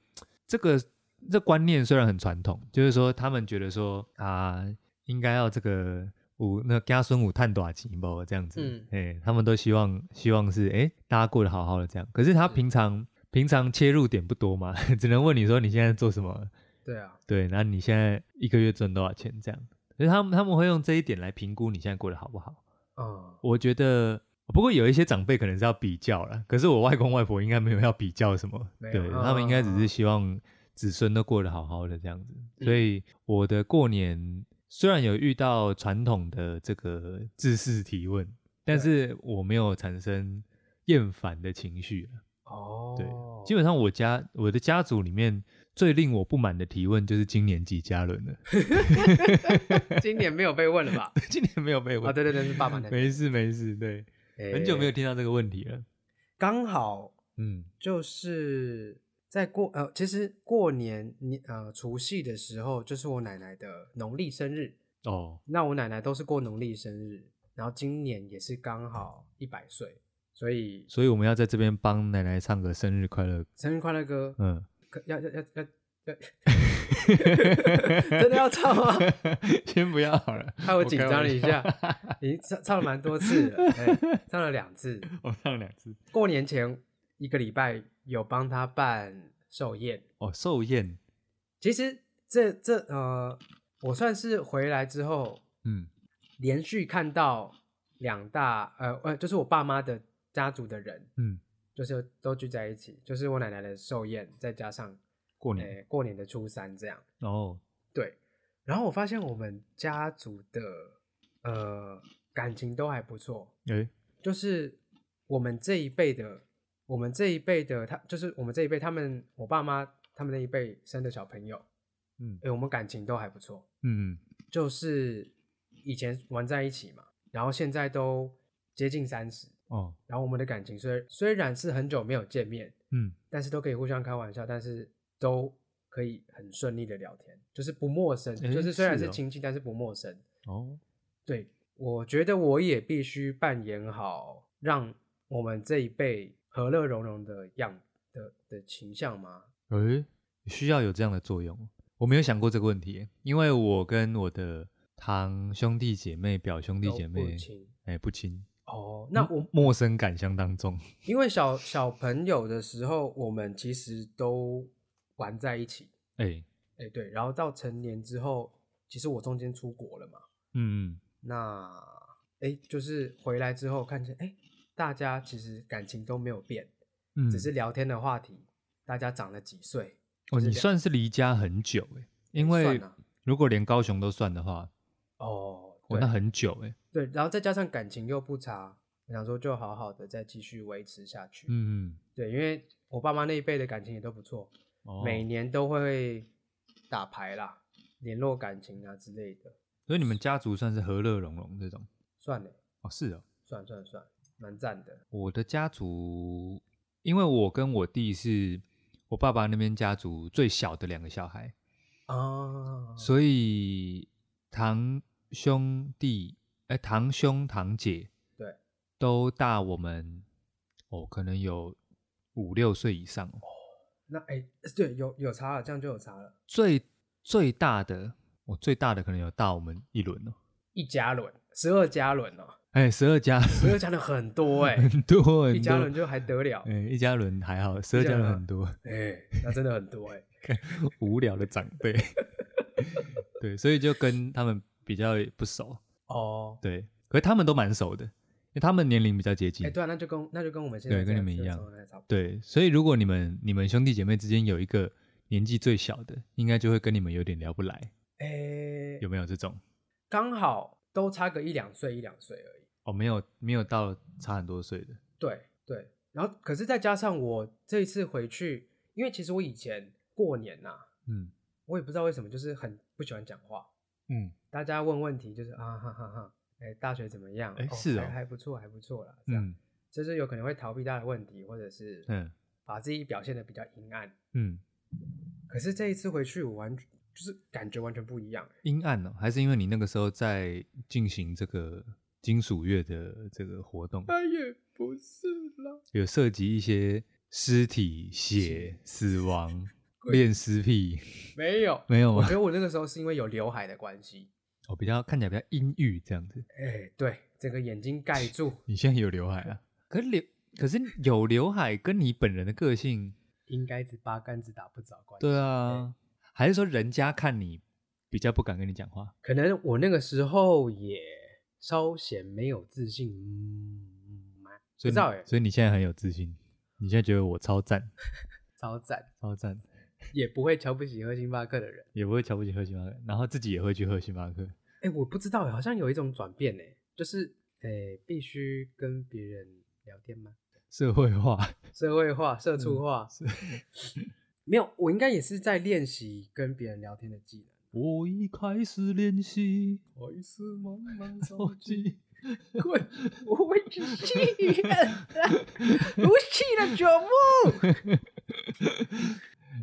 Speaker 1: 这个这观念虽然很传统，就是说他们觉得说啊，应该要这个五那家孙五探短期不这样子，
Speaker 2: 嗯
Speaker 1: 哎、他们都希望希望是哎大家过得好好的这样，可是他平常、平常切入点不多嘛， (laughs) 只能问你说你现在做什么，
Speaker 2: 对啊，
Speaker 1: 对，那你现在一个月赚多少钱这样，所以他们他们会用这一点来评估你现在过得好不好。
Speaker 2: 嗯，
Speaker 1: 我觉得，不过有一些长辈可能是要比较啦，可是我外公外婆应该没有要比较什么，
Speaker 2: 没有
Speaker 1: 对
Speaker 2: 嗯
Speaker 1: 他们应该只是希望子孙都过得好好的这样子。
Speaker 2: 嗯
Speaker 1: 所以我的过年虽然有遇到传统的这个知识提问，但是我没有产生厌烦的情绪啊。
Speaker 2: 哦，
Speaker 1: 对基本上我家我的家族里面最令我不满的提问就是今年几家人了， (laughs)
Speaker 2: (laughs) 今年没有被问了吧？
Speaker 1: 今年没有被问。
Speaker 2: 啊，对对对，是爸爸那
Speaker 1: (laughs) 没事没事，对，(laughs)
Speaker 2: 边
Speaker 1: 很久没有
Speaker 2: 哎
Speaker 1: 听到这个问题了。
Speaker 2: 刚好
Speaker 1: 嗯
Speaker 2: 就是在过呃，其实过年你呃除夕的时候，就是我奶奶的农历生日。
Speaker 1: 哦。
Speaker 2: 那我奶奶都是过农历生日，然后今年也是刚好一百岁，所以
Speaker 1: 所以我们要在这边帮奶奶唱个生日快乐歌。
Speaker 2: 生日快乐歌
Speaker 1: 嗯，
Speaker 2: 可要要要要要， (laughs) 真的要唱吗？
Speaker 1: (laughs) 先不要好了，
Speaker 2: 害我紧张了一下
Speaker 1: 我开玩笑，
Speaker 2: 你唱唱了蛮多次了，哎唱了两次。
Speaker 1: (laughs) 我唱两次。
Speaker 2: 过年前一个礼拜有帮她办寿宴，
Speaker 1: 哦，寿宴，
Speaker 2: 其实这这呃，我算是回来之后
Speaker 1: 嗯
Speaker 2: 连续看到两大呃呃，就是我爸妈的家族的人，
Speaker 1: 嗯，
Speaker 2: 就是都聚在一起，就是我奶奶的寿宴，再加上
Speaker 1: 过
Speaker 2: 诶、
Speaker 1: 年，
Speaker 2: 过年的初三这样。
Speaker 1: 哦，
Speaker 2: 对，然后我发现我们家族的呃感情都还不错，
Speaker 1: 哎，
Speaker 2: 就是我们这一辈的，我们这一辈的他，就是我们这一辈他们我爸妈他们那一辈生的小朋友，
Speaker 1: 嗯
Speaker 2: 诶、我们感情都还不错。
Speaker 1: 嗯
Speaker 2: 就是以前玩在一起嘛，然后现在都接近三十，
Speaker 1: 哦
Speaker 2: 然后我们的感情虽虽然是很久没有见面，
Speaker 1: 嗯，
Speaker 2: 但是都可以互相开玩笑，但是都可以很顺利的聊天，就是不陌生，
Speaker 1: 诶
Speaker 2: 就是虽然
Speaker 1: 是
Speaker 2: 是
Speaker 1: 哦
Speaker 2: 亲戚，但是不陌生。
Speaker 1: 哦，
Speaker 2: 对，我觉得我也必须扮演好让我们这一辈和乐融融的样的的形象嘛。
Speaker 1: 哎，需要有这样的作用。我没有想过这个问题，因为我跟我的堂兄弟姐妹、表兄弟
Speaker 2: 都
Speaker 1: 姐
Speaker 2: 不
Speaker 1: 妹，嗯
Speaker 2: 亲
Speaker 1: 哎，不亲，
Speaker 2: 哦，那我
Speaker 1: 陌生感相当重。
Speaker 2: 因为小小朋友的时候，我们其实都玩在一起，
Speaker 1: 哎，
Speaker 2: 哎，对，然后到成年之后，其实我中间出国了嘛，
Speaker 1: 嗯
Speaker 2: 那哎，就是回来之后看见，哎，大家其实感情都没有变，
Speaker 1: 嗯，
Speaker 2: 只是聊天的话题，大家长了几岁，
Speaker 1: 哦，
Speaker 2: 就是
Speaker 1: 你
Speaker 2: 聊
Speaker 1: 算是离家很久哎，因
Speaker 2: 算
Speaker 1: 为
Speaker 2: 啊
Speaker 1: 如果连高雄都算的话，
Speaker 2: 哦，
Speaker 1: 我
Speaker 2: 对
Speaker 1: 那很久哎、
Speaker 2: 对，然后再加上感情又不差，我想说就好好的再继续维持下去，
Speaker 1: 嗯嗯，
Speaker 2: 对，因为我爸妈那一辈的感情也都不错，
Speaker 1: 哦，
Speaker 2: 每年都会打牌啦，联络感情啊之类的，
Speaker 1: 所以你们家族算是和乐融融这种
Speaker 2: 算了，
Speaker 1: 哦，是哦，
Speaker 2: 算算算，蛮赞的。
Speaker 1: 我的家族，因为我跟我弟是我爸爸那边家族最小的两个小孩，
Speaker 2: 啊，
Speaker 1: 所以堂兄弟哎、堂兄堂姐
Speaker 2: 对
Speaker 1: 都大我们哦，可能有五六岁以上哦，
Speaker 2: 那哎、对，有有差了，这样就有差了，
Speaker 1: 最最大的我、最大的可能有大我们一轮哦，
Speaker 2: 一加仑，十二加仑哦，
Speaker 1: 哎，十二 (laughs) 家
Speaker 2: 十二加仑很多哎、
Speaker 1: 很多很多，
Speaker 2: 一加仑就还得了，
Speaker 1: 哎、一家人还好，十二
Speaker 2: 一家
Speaker 1: (laughs) 家人
Speaker 2: 人
Speaker 1: 很多，
Speaker 2: 哎、那真的很多哎、
Speaker 1: (laughs) 无聊的长辈。对，所以就跟他们比较不熟，
Speaker 2: 哦，
Speaker 1: 对，可是他们都蛮熟的，因为他们年龄比较接近，
Speaker 2: 哎，对啊，那就跟那就跟我们现
Speaker 1: 对
Speaker 2: 在
Speaker 1: 跟
Speaker 2: 这
Speaker 1: 你们
Speaker 2: 次
Speaker 1: 一
Speaker 2: 的
Speaker 1: 样
Speaker 2: 状态差不多。
Speaker 1: 对，所以如果你们你们兄弟姐妹之间有一个年纪最小的，应该就会跟你们有点聊不来，
Speaker 2: 哎，
Speaker 1: 有没有这种？
Speaker 2: 刚好都差个一两岁一两岁而已。
Speaker 1: 哦，没有没有到差很多岁的，
Speaker 2: 对对，然后可是再加上我这一次回去，因为其实我以前过年呐、
Speaker 1: 嗯
Speaker 2: 我也不知道为什么，就是很不喜欢讲话。
Speaker 1: 嗯，
Speaker 2: 大家问问题就是啊哈哈哈，哎、大学怎么样？
Speaker 1: 哎是
Speaker 2: 还
Speaker 1: 哦
Speaker 2: 还不错，还不错啦。这样，
Speaker 1: 嗯
Speaker 2: 就是有可能会逃避大家的问题，或者是
Speaker 1: 嗯
Speaker 2: 把自己表现的比较阴暗。
Speaker 1: 嗯，
Speaker 2: 可是这一次回去，我完全就是感觉完全不一样、哎
Speaker 1: 阴暗哦，还是因为你那个时候在进行这个金属乐的这个活动，
Speaker 2: 那也哎不是啦，
Speaker 1: 有涉及一些尸体、血、死 (laughs) 亡、恋尸癖，
Speaker 2: 没有。
Speaker 1: 没有啊
Speaker 2: 我
Speaker 1: 吗
Speaker 2: 觉？得我那个时候是因为有刘海的关系，
Speaker 1: 我比较看起来比较阴郁这样子。
Speaker 2: 哎、对，整个眼睛盖住，
Speaker 1: 你现在有刘海啊？可是刘，可是有刘海跟你本人的个性，
Speaker 2: 应该是八竿子打不着关系。哎
Speaker 1: 对啊，还是说人家看你比较不敢跟你讲话？
Speaker 2: 可能我那个时候也稍显没有自信，嗯，蛮
Speaker 1: 所以
Speaker 2: 不知道
Speaker 1: 你
Speaker 2: 哎
Speaker 1: 所以你现在很有自信，你现在觉得我超赞，
Speaker 2: 超赞，
Speaker 1: 超赞，
Speaker 2: 也不会瞧不起喝星巴克的人。
Speaker 1: 也不会瞧不起喝星巴克，然后自己也会去喝星巴克。
Speaker 2: 哎、我不知道哎，好像有一种转变哎，就是哎、必须跟别人聊天吗？
Speaker 1: 社会化，
Speaker 2: 社会化、社畜化，
Speaker 1: 嗯是
Speaker 2: (laughs) 没有，我应该也是在练习跟别人聊天的技能。
Speaker 1: 我已开始练习
Speaker 2: 还是慢慢 (laughs)
Speaker 1: 手机。
Speaker 2: 滚！ (laughs) 我会去气人啊，无气的酒木。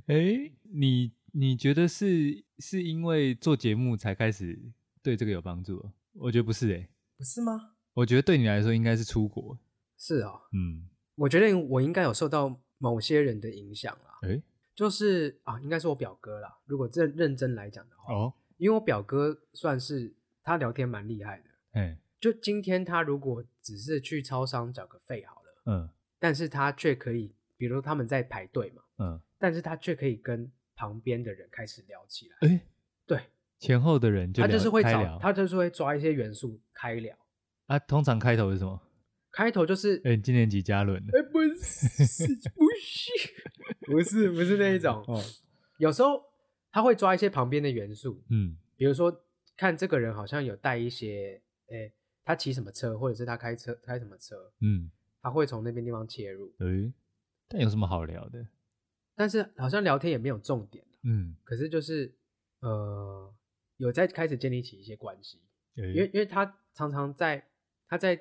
Speaker 1: 哎，你你觉得是是因为做节目才开始对这个有帮助哦？我觉得不是哎、
Speaker 2: 不是吗？
Speaker 1: 我觉得对你来说应该是出国。
Speaker 2: 是哦，
Speaker 1: 嗯，
Speaker 2: 我觉得我应该有受到某些人的影响啦，
Speaker 1: 哎，
Speaker 2: 就是啊，应该是我表哥啦。如果认认真来讲的话，
Speaker 1: 哦，
Speaker 2: 因为我表哥算是他聊天蛮厉害的。
Speaker 1: 哎，
Speaker 2: 就今天他如果只是去超商缴个费好了，
Speaker 1: 嗯
Speaker 2: 但是他却可以，比如说他们在排队嘛，
Speaker 1: 嗯，
Speaker 2: 但是他却可以跟旁边的人开始聊起来。
Speaker 1: 哎，
Speaker 2: 对，
Speaker 1: 前后的人就
Speaker 2: 他
Speaker 1: 聊
Speaker 2: 就是会
Speaker 1: 开
Speaker 2: 找
Speaker 1: 聊
Speaker 2: 他就是会抓一些元素开聊。
Speaker 1: 啊，通常开头是什么？
Speaker 2: 开头就是
Speaker 1: 哎，你今年几加仑？
Speaker 2: 哎、不是 (laughs) 不是不是不是那一种，
Speaker 1: 哦，
Speaker 2: 有时候他会抓一些旁边的元素，
Speaker 1: 嗯
Speaker 2: 比如说看这个人好像有带一些，哎、他骑什么车，或者是他开车开什么车，
Speaker 1: 嗯，
Speaker 2: 他会从那边地方切入，
Speaker 1: 哎，但有什么好聊的？
Speaker 2: 但是好像聊天也没有重点，啊
Speaker 1: 嗯，
Speaker 2: 可是就是呃有在开始建立起一些关系，因为
Speaker 1: 哎，
Speaker 2: 因为他常常在他在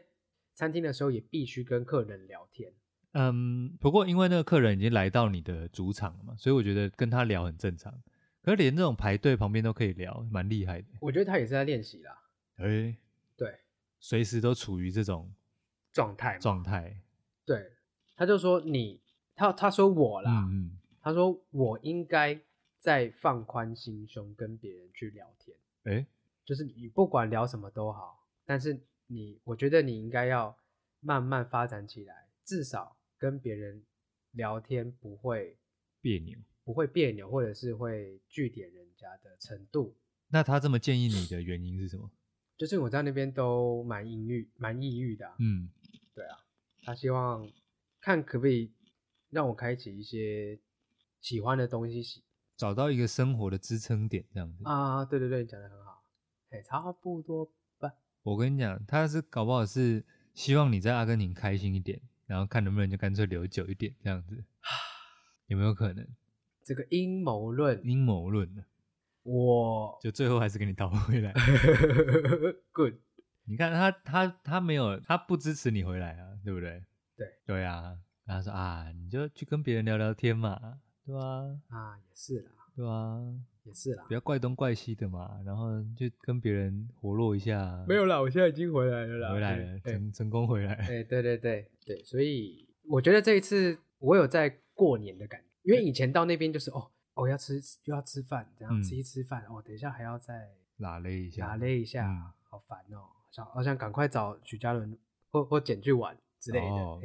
Speaker 2: 餐厅的时候也必须跟客人聊天，
Speaker 1: 嗯，不过因为那个客人已经来到你的主场了嘛，所以我觉得跟他聊很正常。可是连这种排队旁边都可以聊，蛮厉害的。
Speaker 2: 我觉得他也是在练习啦，
Speaker 1: 哎，
Speaker 2: 对，
Speaker 1: 随时都处于这种
Speaker 2: 状态嘛
Speaker 1: 状态。
Speaker 2: 对，他就说你，他他说我啦，
Speaker 1: 嗯嗯，
Speaker 2: 他说我应该再放宽心胸跟别人去聊天，
Speaker 1: 哎，
Speaker 2: 就是你不管聊什么都好，但是你，我觉得你应该要慢慢发展起来，至少跟别人聊天不会
Speaker 1: 别扭。
Speaker 2: 不会别扭，或者是会据点人家的程度。
Speaker 1: 那他这么建议你的原因是什么？
Speaker 2: 就是我在那边都蛮抑郁，蛮抑郁的啊、
Speaker 1: 嗯，
Speaker 2: 他希望看可不可以让我开启一些喜欢的东西，喜
Speaker 1: 找到一个生活的支撑点这样子。
Speaker 2: 啊，对对对，你讲的很好，哎，差不多吧。
Speaker 1: 我跟你讲，他是搞不好是希望你在阿根廷开心一点，然后看能不能就干脆留久一点这样子，有没有可能？
Speaker 2: 这个阴谋论，
Speaker 1: 阴谋论呢，
Speaker 2: (laughs) 我
Speaker 1: 就最后还是给你倒回来。
Speaker 2: good，
Speaker 1: 你看他他他没有，他不支持你回来啊，对不对？
Speaker 2: 对
Speaker 1: 对啊，然后他说啊，你就去跟别人聊聊天嘛，对啊，
Speaker 2: 啊，也是啦，
Speaker 1: 对啊，
Speaker 2: 也是啦
Speaker 1: 不，要怪东怪西的嘛，然后就跟别人活络一下。
Speaker 2: 没有啦，我现在已经回来了啦，
Speaker 1: 回来
Speaker 2: 对哎
Speaker 1: 了，
Speaker 2: 对
Speaker 1: 成成功回来了。
Speaker 2: 对对对对对，所以我觉得这一次我有在过年的感觉，因为以前到那边就是哦，哦要吃又要吃饭，然后
Speaker 1: 嗯
Speaker 2: 吃一吃饭，哦，等一下还要再
Speaker 1: 拉了一下，
Speaker 2: 打擂一下，
Speaker 1: 嗯
Speaker 2: 好烦哦，想好想赶快找许嘉伦或或简去玩之类的，哎、
Speaker 1: 哦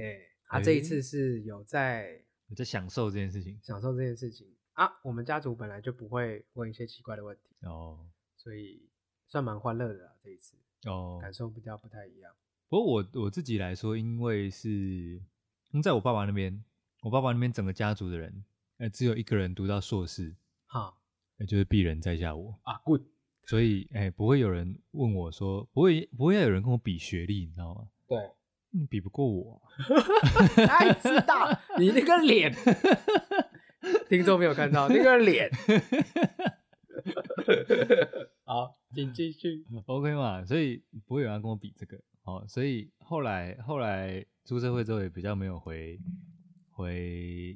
Speaker 2: 他、这一
Speaker 1: 哎
Speaker 2: 次是有在
Speaker 1: 我在享受这件事情。
Speaker 2: 享受这件事情。啊，我们家族本来就不会问一些奇怪的问题，
Speaker 1: 哦
Speaker 2: 所以算蛮欢乐的啦。这一次
Speaker 1: 哦，
Speaker 2: 感受比较不太一样。
Speaker 1: 不过我我自己来说，因为是因为在我爸爸那边，我爸爸那边整个家族的人，呃，只有一个人读到硕士， (laughs)
Speaker 2: 哈
Speaker 1: 也就是鄙人在下我，
Speaker 2: 啊，good，
Speaker 1: 所以哎，不会有人问我说，不会不会有人跟我比学历，你知道吗？
Speaker 2: 对，
Speaker 1: 你比不过我啊，
Speaker 2: 太知道你那个
Speaker 1: (laughs)
Speaker 2: 脸，听众没有看到那个脸。好，请继续。
Speaker 1: OK 嘛，所以不会有人跟我比这个哦。所以后来后来出社会之后，也比较没有回回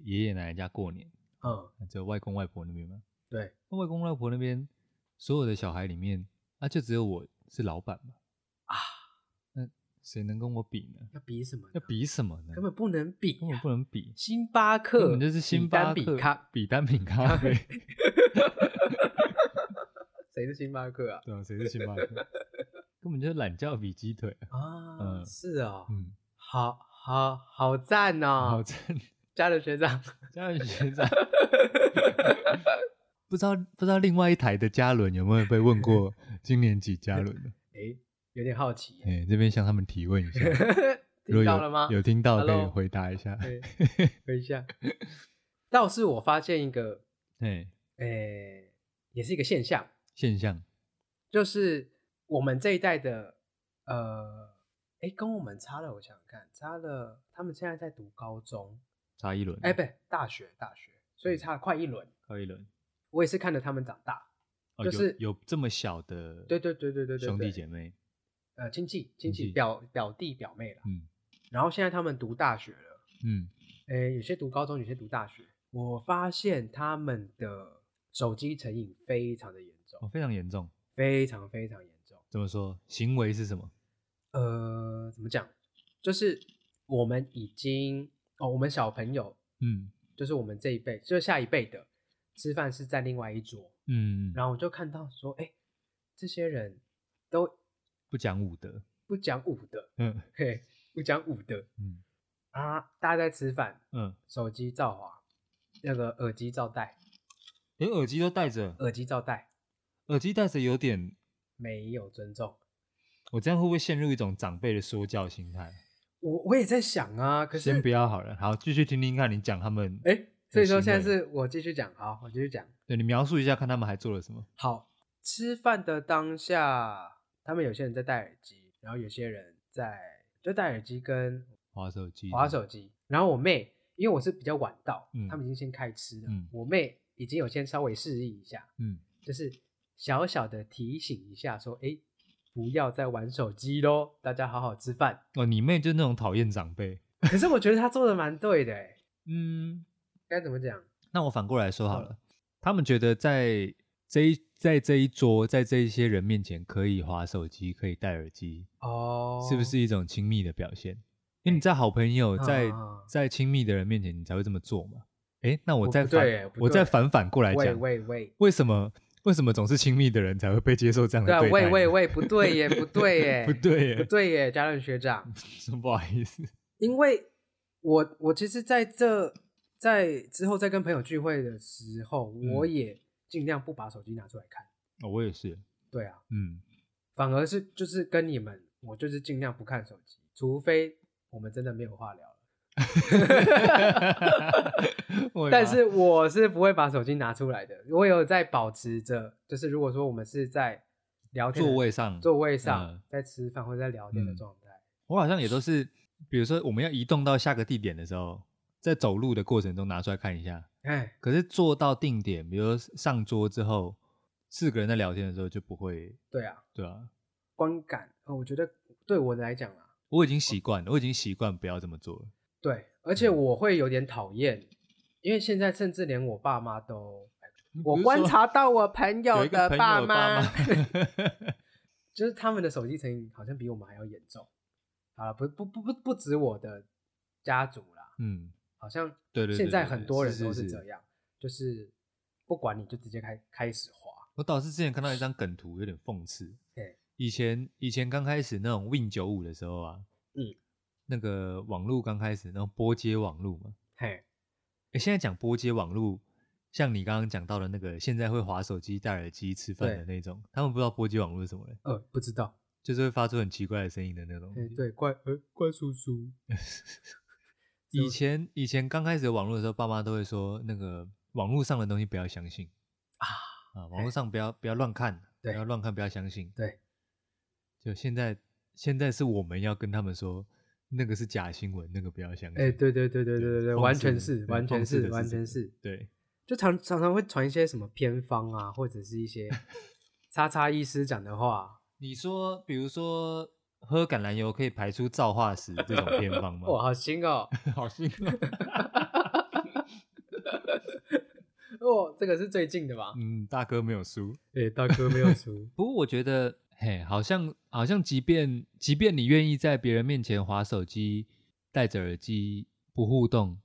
Speaker 1: 爷爷奶奶家过年，
Speaker 2: 嗯，
Speaker 1: 只有外公外婆那边嘛。
Speaker 2: 对，
Speaker 1: 那外公外婆那边所有的小孩里面，啊，就只有我是老板嘛。
Speaker 2: 啊，
Speaker 1: 那谁能跟我比呢？
Speaker 2: 要比什么呢？
Speaker 1: 要比什么呢？
Speaker 2: 根本不能比、
Speaker 1: 根本不能比，
Speaker 2: 星巴克，
Speaker 1: 根本嗯就是星巴克
Speaker 2: 比单比咖，
Speaker 1: 比单品咖啡，
Speaker 2: 谁是星巴克啊？
Speaker 1: 对啊，谁是星巴克？根本就是懒觉比鸡腿啊，
Speaker 2: 啊，
Speaker 1: 嗯
Speaker 2: 是啊、哦，
Speaker 1: 嗯，
Speaker 2: 好好好赞
Speaker 1: 好
Speaker 2: 哦，
Speaker 1: 真的
Speaker 2: 嘉伦
Speaker 1: (laughs)
Speaker 2: 学长，
Speaker 1: 嘉伦学长，不知道不知道另外一台的嘉伦有没有被问
Speaker 2: (laughs)
Speaker 1: 过今年几嘉伦的？
Speaker 2: 诶，有点好奇耶， (laughs)
Speaker 1: 哎、这边向他们提问一下，如果有
Speaker 2: 听到了吗？
Speaker 1: 有听到可以
Speaker 2: Hello？
Speaker 1: 回答一下。 (laughs)
Speaker 2: 对，回一下。倒是我发现一个，
Speaker 1: 哎，
Speaker 2: 诶、也是一个现象，
Speaker 1: 现象，
Speaker 2: 就是我们这一代的，呃，诶，跟我们差了，我想想看，差了，他们现在在读高中，
Speaker 1: 差一轮，
Speaker 2: 哎、不，大学，大学，
Speaker 1: 嗯
Speaker 2: 所以差了快一轮。
Speaker 1: 靠一轮，
Speaker 2: 我也是看着他们长大，
Speaker 1: 哦、
Speaker 2: 就
Speaker 1: 有
Speaker 2: 是
Speaker 1: 有这么小的，
Speaker 2: 对对对对对对，
Speaker 1: 兄弟
Speaker 2: 对
Speaker 1: 姐妹，
Speaker 2: 呃亲戚亲
Speaker 1: 亲
Speaker 2: 戚
Speaker 1: 戚
Speaker 2: 表表弟表妹啦。
Speaker 1: 嗯
Speaker 2: 然后现在他们读大学了，
Speaker 1: 嗯，
Speaker 2: 诶，有些读高中，有些读大学。我发现他们的手机成瘾非常的严
Speaker 1: 哦，
Speaker 2: 重，
Speaker 1: 非常严重。
Speaker 2: 非常非常严重。
Speaker 1: 怎么说？行为是什么？
Speaker 2: 呃，怎么讲？就是我们已经哦，我们小朋友
Speaker 1: 嗯
Speaker 2: 就是我们这一辈，就是下一辈的吃饭是在另外一桌，
Speaker 1: 嗯，
Speaker 2: 然后我就看到说，哎，这些人都
Speaker 1: 不讲武德。
Speaker 2: 不讲武德，
Speaker 1: 嗯
Speaker 2: 嘿，不讲武德
Speaker 1: 嗯
Speaker 2: 啊！大家在吃饭，
Speaker 1: 嗯，
Speaker 2: 手机照滑，那个耳机照戴，
Speaker 1: 连耳机都戴着，
Speaker 2: 耳机照戴，
Speaker 1: 耳机戴着有点，
Speaker 2: 没有尊重。
Speaker 1: 我这样会不会陷入一种长辈的说教心态？
Speaker 2: 我我也在想啊，可是
Speaker 1: 先不要好了，好，继续听听看你讲他们，
Speaker 2: 哎、所以说
Speaker 1: 很欣
Speaker 2: 现在
Speaker 1: 慰
Speaker 2: 是我继续讲，好，我继续讲。
Speaker 1: 对你描述一下，看他们还做了什么。
Speaker 2: 好，吃饭的当下，他们有些人在戴耳机，然后有些人在就戴耳机跟
Speaker 1: 滑手机，
Speaker 2: 划手机。然后我妹，因为我是比较晚到，
Speaker 1: 嗯
Speaker 2: 他们已经先开吃了，
Speaker 1: 嗯
Speaker 2: 我妹已经有先稍微示意一下，
Speaker 1: 嗯，
Speaker 2: 就是小小的提醒一下，说，哎，不要再玩手机喽，大家好好吃饭。
Speaker 1: 哦，你妹就那种讨厌长辈。
Speaker 2: 可是我觉得她做的蛮对的，哎，
Speaker 1: 嗯，
Speaker 2: 该怎么讲？
Speaker 1: 那我反过来说好
Speaker 2: 好
Speaker 1: 了，他们觉得在这一在这一桌，在这一些人面前可以滑手机，可以戴耳机，
Speaker 2: 哦，
Speaker 1: 是不是一种亲密的表现？因为你在好朋友
Speaker 2: 啊
Speaker 1: 在、
Speaker 2: 啊啊
Speaker 1: 在亲密的人面前，你才会这么做嘛。诶，那我
Speaker 2: 我
Speaker 1: 再
Speaker 2: 不
Speaker 1: 反
Speaker 2: 对耶不
Speaker 1: 我再
Speaker 2: 对
Speaker 1: 反反过来
Speaker 2: 嗯喂
Speaker 1: 讲，
Speaker 2: 喂喂，
Speaker 1: 为什么为什么总是亲密的人才会被接受这样的
Speaker 2: 对啊，
Speaker 1: 对待？
Speaker 2: 喂
Speaker 1: (laughs)
Speaker 2: 喂，喂，不对耶，不对耶，
Speaker 1: 不对耶，(laughs)
Speaker 2: 不对耶，嘉伦学长，
Speaker 1: 不好意思，
Speaker 2: 因为我我其实在这在之后在跟朋友聚会的时候，
Speaker 1: 嗯
Speaker 2: 我也尽量不把手机拿出来看。
Speaker 1: 哦我也是，
Speaker 2: 对啊， (laughs)
Speaker 1: 嗯，
Speaker 2: 反而是就是跟你们，我就是尽量不看手机，除非我们真的没有话聊了。
Speaker 1: 我也把
Speaker 2: 但是我是不会把手机拿出来的，我有在保持着，就是如果说我们是在聊天的
Speaker 1: 座位上，
Speaker 2: 座位上、
Speaker 1: 嗯
Speaker 2: 在吃饭或者在聊天的
Speaker 1: 嗯
Speaker 2: 状态，
Speaker 1: 我好像也都是，比如说我们要移动到下个地点的时候，在走路的过程中拿出来看一下。
Speaker 2: 哎、
Speaker 1: 可是坐到定点，比如说上桌之后，四个人在聊天的时候就不会，
Speaker 2: 对啊，
Speaker 1: 对啊，
Speaker 2: 观感，呃我觉得对我来讲啊，
Speaker 1: 我已经习惯了，我已经习惯不要这么做了。
Speaker 2: 对，而
Speaker 1: 嗯
Speaker 2: 且我会有点讨厌，因为现在甚至连我爸妈都，我
Speaker 1: 哎比如说
Speaker 2: 观察到我朋
Speaker 1: 有
Speaker 2: 友
Speaker 1: 一个
Speaker 2: 的
Speaker 1: 朋友
Speaker 2: 爸
Speaker 1: 的
Speaker 2: 妈
Speaker 1: 妈，
Speaker 2: (laughs) 就是他们的手机成瘾好像比我们还要严重。好了，不不不不不止我的家族啦，
Speaker 1: 嗯，
Speaker 2: 好像
Speaker 1: 对对对
Speaker 2: 现在
Speaker 1: 对对
Speaker 2: 很多人
Speaker 1: 是
Speaker 2: 都
Speaker 1: 是
Speaker 2: 是
Speaker 1: 是
Speaker 2: 这样，就是不管你就直接开开始滑，
Speaker 1: 我倒是之前看到一张梗图，有点讽 (laughs) 刺。
Speaker 2: 对，
Speaker 1: 以前以前刚开始那种 Win 九五的时候啊，
Speaker 2: 嗯，
Speaker 1: 那个网络刚开始那种波接网络嘛，
Speaker 2: 嘿，
Speaker 1: 诶现在讲波接网络像你刚刚讲到的那个，现在会划手机、戴耳机吃饭的那种，他们不知道波及网络是什么嘞，
Speaker 2: 呃，不知道，
Speaker 1: 就是会发出很奇怪的声音的那种。
Speaker 2: 哎、对，怪呃怪叔叔，
Speaker 1: 以前以前刚开始有网络的时候，爸妈都会说那个网络上的东西不要相信
Speaker 2: 啊
Speaker 1: 啊，网络上不要不要乱看，不
Speaker 2: 对
Speaker 1: 要乱看，不要相信。
Speaker 2: 对，
Speaker 1: 就现在现在是我们要跟他们说，那个是假新闻，那个不要相信。
Speaker 2: 哎、对对对对对对对，
Speaker 1: 讽
Speaker 2: 完
Speaker 1: 刺
Speaker 2: 全
Speaker 1: 的
Speaker 2: 是，
Speaker 1: 对
Speaker 2: 完全
Speaker 1: 讽刺的
Speaker 2: 是，
Speaker 1: 是
Speaker 2: 完
Speaker 1: 这
Speaker 2: 全
Speaker 1: 个
Speaker 2: 是，
Speaker 1: 对
Speaker 2: 就常常常会传一些什么偏方啊，或者是一 (laughs) 些叉叉医师讲的话，
Speaker 1: 你说，比如说喝橄榄油可以排出皂化石这种偏方吗？
Speaker 2: 哇，好新哦，
Speaker 1: (laughs)
Speaker 2: (laughs)
Speaker 1: 好啊辛苦。
Speaker 2: 哦，这个是最近的吧？
Speaker 1: 嗯，大哥没有输。，
Speaker 2: 对，大哥没有输
Speaker 1: 不过我觉得，嘿，好像好像，即便即便你愿意在别人面前划手机、戴着耳机不互动，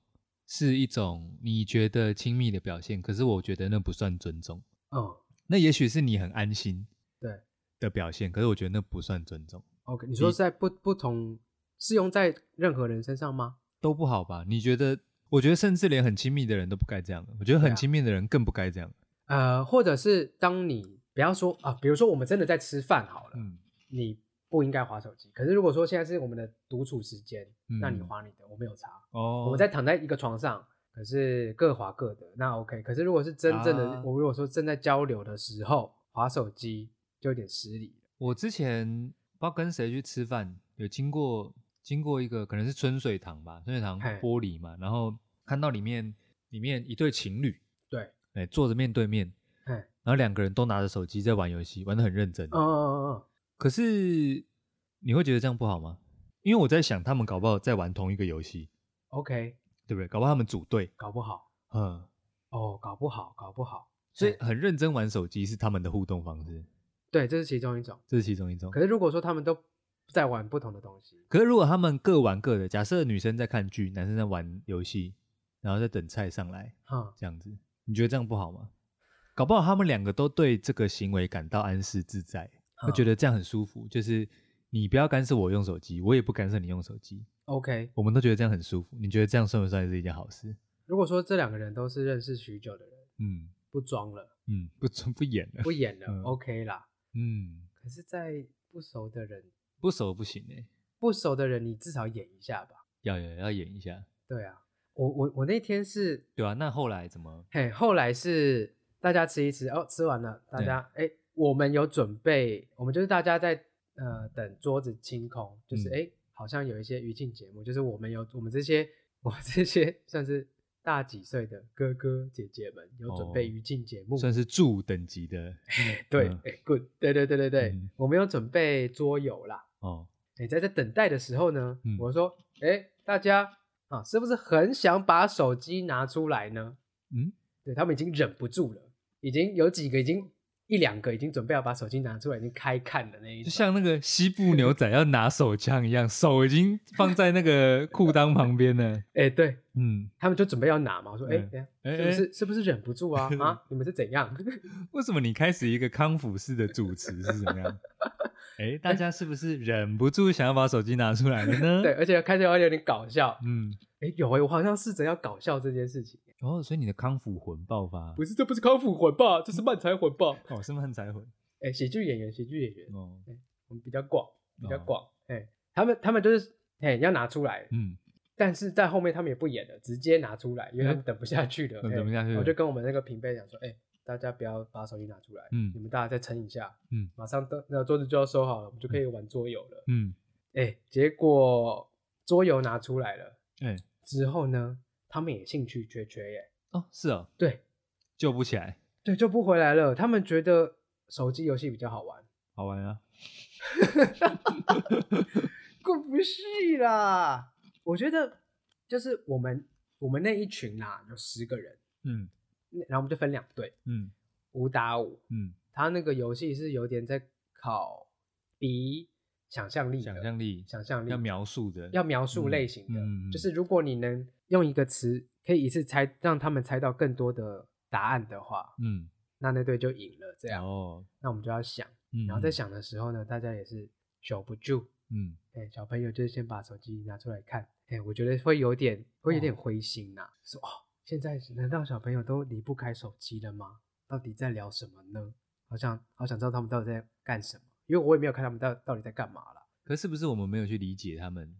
Speaker 1: 是一种你觉得亲密的表现。可是我觉得那不算尊重，
Speaker 2: (laughs) 嗯，
Speaker 1: 那也许是你很安心
Speaker 2: 对
Speaker 1: 的表现，可是我觉得那不算尊重，
Speaker 2: ，OK，你说是在不不同适用在任何人身上吗？
Speaker 1: 都不好吧？你觉得？我觉得甚至连很亲密的人都不该这样，我觉得
Speaker 2: 对啊
Speaker 1: 很亲密的人更不该这样。
Speaker 2: 呃，或者是当你不要说啊，比如说我们真的在吃饭好了，
Speaker 1: 嗯，
Speaker 2: 你不应该划手机。可是如果说现在是我们的独处时间，那你
Speaker 1: 嗯
Speaker 2: 划你的，我没有查。
Speaker 1: 哦，
Speaker 2: 我们在躺在一个床上，可是各划各的，那 OK。可是如果是真正的，
Speaker 1: 啊
Speaker 2: 我如果说正在交流的时候划手机，就有点失礼了。
Speaker 1: 我之前不知道跟谁去吃饭，有经过经过一个可能是春水堂吧，春水堂
Speaker 2: 嘿
Speaker 1: 玻璃嘛，然后看到里面里面一对情侣，
Speaker 2: 对，
Speaker 1: 哎，坐着面对面，
Speaker 2: 嘿，
Speaker 1: 然后两个人都拿着手机在玩游戏，玩的很认真。
Speaker 2: 嗯嗯嗯
Speaker 1: 可是你会觉得这样不好吗？因为我在想，他们搞不好在玩同一个游戏，
Speaker 2: ，OK，
Speaker 1: 对不对？搞不好他们组队，
Speaker 2: 搞不好
Speaker 1: 嗯，
Speaker 2: 哦，搞不好，搞不好。
Speaker 1: 所以
Speaker 2: 嘿
Speaker 1: 很认真玩手机是他们的互动方式，
Speaker 2: 对，这是其中一种。
Speaker 1: 这是其中一种
Speaker 2: 可。是如果说他们都在玩不同的东西，
Speaker 1: 可是如果他们各玩各的，假设女生在看剧，男生在玩游戏，然后在等菜上来，
Speaker 2: 哈、
Speaker 1: 这样子，你觉得这样不好吗？搞不好他们两个都对这个行为感到安适自在，会觉
Speaker 2: 得
Speaker 1: 得这样很舒服。就是你不要干涉我用手机，我也不干涉你用手机，
Speaker 2: OK。
Speaker 1: 我们都觉得这样很舒服。你觉得这样算不算是一件好事？
Speaker 2: 如果说这两个人都是认识许久的人，
Speaker 1: 嗯
Speaker 2: 不装了，
Speaker 1: 嗯，不 (laughs) 不演了，
Speaker 2: 不演 (laughs) 了、
Speaker 1: 嗯
Speaker 2: o k 啦。
Speaker 1: 嗯，
Speaker 2: 可是，在不熟的人，
Speaker 1: 不熟不行哎、
Speaker 2: 不熟的人，你至少演一下吧。
Speaker 1: 要要要演一下，
Speaker 2: 对啊，我我我那天是，
Speaker 1: 对啊，那后来怎么？
Speaker 2: 嘿，后来是大家吃一吃，哦，吃完了，大家哎、我们有准备，我们就是大家在呃等桌子清空，就是
Speaker 1: 嗯
Speaker 2: 哎、好像有一些余庆节目，就是我们有我们这些我们这些算是大几岁的哥哥姐姐们有准备
Speaker 1: 哦
Speaker 2: 余庆节目，
Speaker 1: 算是助等级的
Speaker 2: 对，
Speaker 1: 嗯
Speaker 2: 哎、good，对对对对对，
Speaker 1: 嗯
Speaker 2: 我们有准备桌游啦，
Speaker 1: 哦，
Speaker 2: 哎，在这等待的时候呢，
Speaker 1: 嗯
Speaker 2: 我说，哎，大家啊，是不是很想把手机拿出来呢？
Speaker 1: 嗯，
Speaker 2: 对他们已经忍不住了，已经有几个已经一两个已经准备要把手机拿出来，已经开看的那一
Speaker 1: 就
Speaker 2: 种。
Speaker 1: 像那个西部牛仔要拿手枪一样，手已经放在那个裤裆旁边了。
Speaker 2: 哎，对
Speaker 1: 嗯，
Speaker 2: 他们就准备要拿嘛，我说，哎，
Speaker 1: 嗯
Speaker 2: 等一下。
Speaker 1: 哎
Speaker 2: 是不
Speaker 1: 哎
Speaker 2: 是是不是忍不 (laughs) 住啊啊！你们是怎样？ (laughs)
Speaker 1: 为什么你开始一个康复式的主持是怎么样？哎，大家是不是忍不住想要把手机拿出来了呢？
Speaker 2: 对，，而且开始有点搞笑。
Speaker 1: 嗯，
Speaker 2: 哎，有哎，我好像试着要搞笑这件事情。
Speaker 1: 哦，所以你的康复魂爆发，
Speaker 2: 不是，这不是康复魂吧？这是漫才魂吧？
Speaker 1: 哦，是漫才魂
Speaker 2: 哎，喜剧演员，喜剧演员，
Speaker 1: 哦，
Speaker 2: 我们比较广，比较
Speaker 1: 哦
Speaker 2: 广。哎、他们他们就是哎要拿出来，
Speaker 1: 嗯，
Speaker 2: 但是在后面他们也不演了，直接拿出来，因为他们
Speaker 1: 嗯
Speaker 2: 等不下去了。
Speaker 1: 嗯
Speaker 2: 哎
Speaker 1: 等不下去了
Speaker 2: 我就跟我们那个平辈讲说，哎、大家不要把手机拿出来，
Speaker 1: 嗯
Speaker 2: 你们大家再撑一下，
Speaker 1: 嗯，
Speaker 2: 马上的那桌子就要收好了，我们就可以玩桌游了。
Speaker 1: 嗯，
Speaker 2: 哎、结果桌游拿出来了
Speaker 1: 哎，
Speaker 2: 之后呢，他们也兴趣缺缺耶，
Speaker 1: 哦，是哦，
Speaker 2: 对
Speaker 1: 救不起来，
Speaker 2: 对，就不回来了。他们觉得手机游戏比较好玩，
Speaker 1: 好玩啊，
Speaker 2: 更不是啦。我觉得就是我们我们那一群啦、有十个人，
Speaker 1: 嗯
Speaker 2: 那然后我们就分两队，
Speaker 1: 嗯
Speaker 2: 五打五。
Speaker 1: 嗯，
Speaker 2: 他那个游戏是有点在考比想象力的，
Speaker 1: 想象力
Speaker 2: 想象力
Speaker 1: 要描述的，
Speaker 2: 要描述
Speaker 1: 嗯
Speaker 2: 类型的，
Speaker 1: 嗯嗯嗯
Speaker 2: 就是如果你能用一个词可以一次猜让他们猜到更多的答案的话，
Speaker 1: 嗯，
Speaker 2: 那那队就赢了。这样，
Speaker 1: 哦，
Speaker 2: 那我们就要想，
Speaker 1: 嗯，
Speaker 2: 啊然后在想的时候呢，大家也是守不住。
Speaker 1: 嗯，
Speaker 2: 哎、小朋友就是先把手机拿出来看，哎、我觉得会有点会有点灰心呐、说哦，现在难道小朋友都离不开手机了吗？到底在聊什么呢？好想好想知道他们到底在干什么，因为我也没有看他们到到底在干嘛啦。
Speaker 1: 可是不是我们没有去理解他们，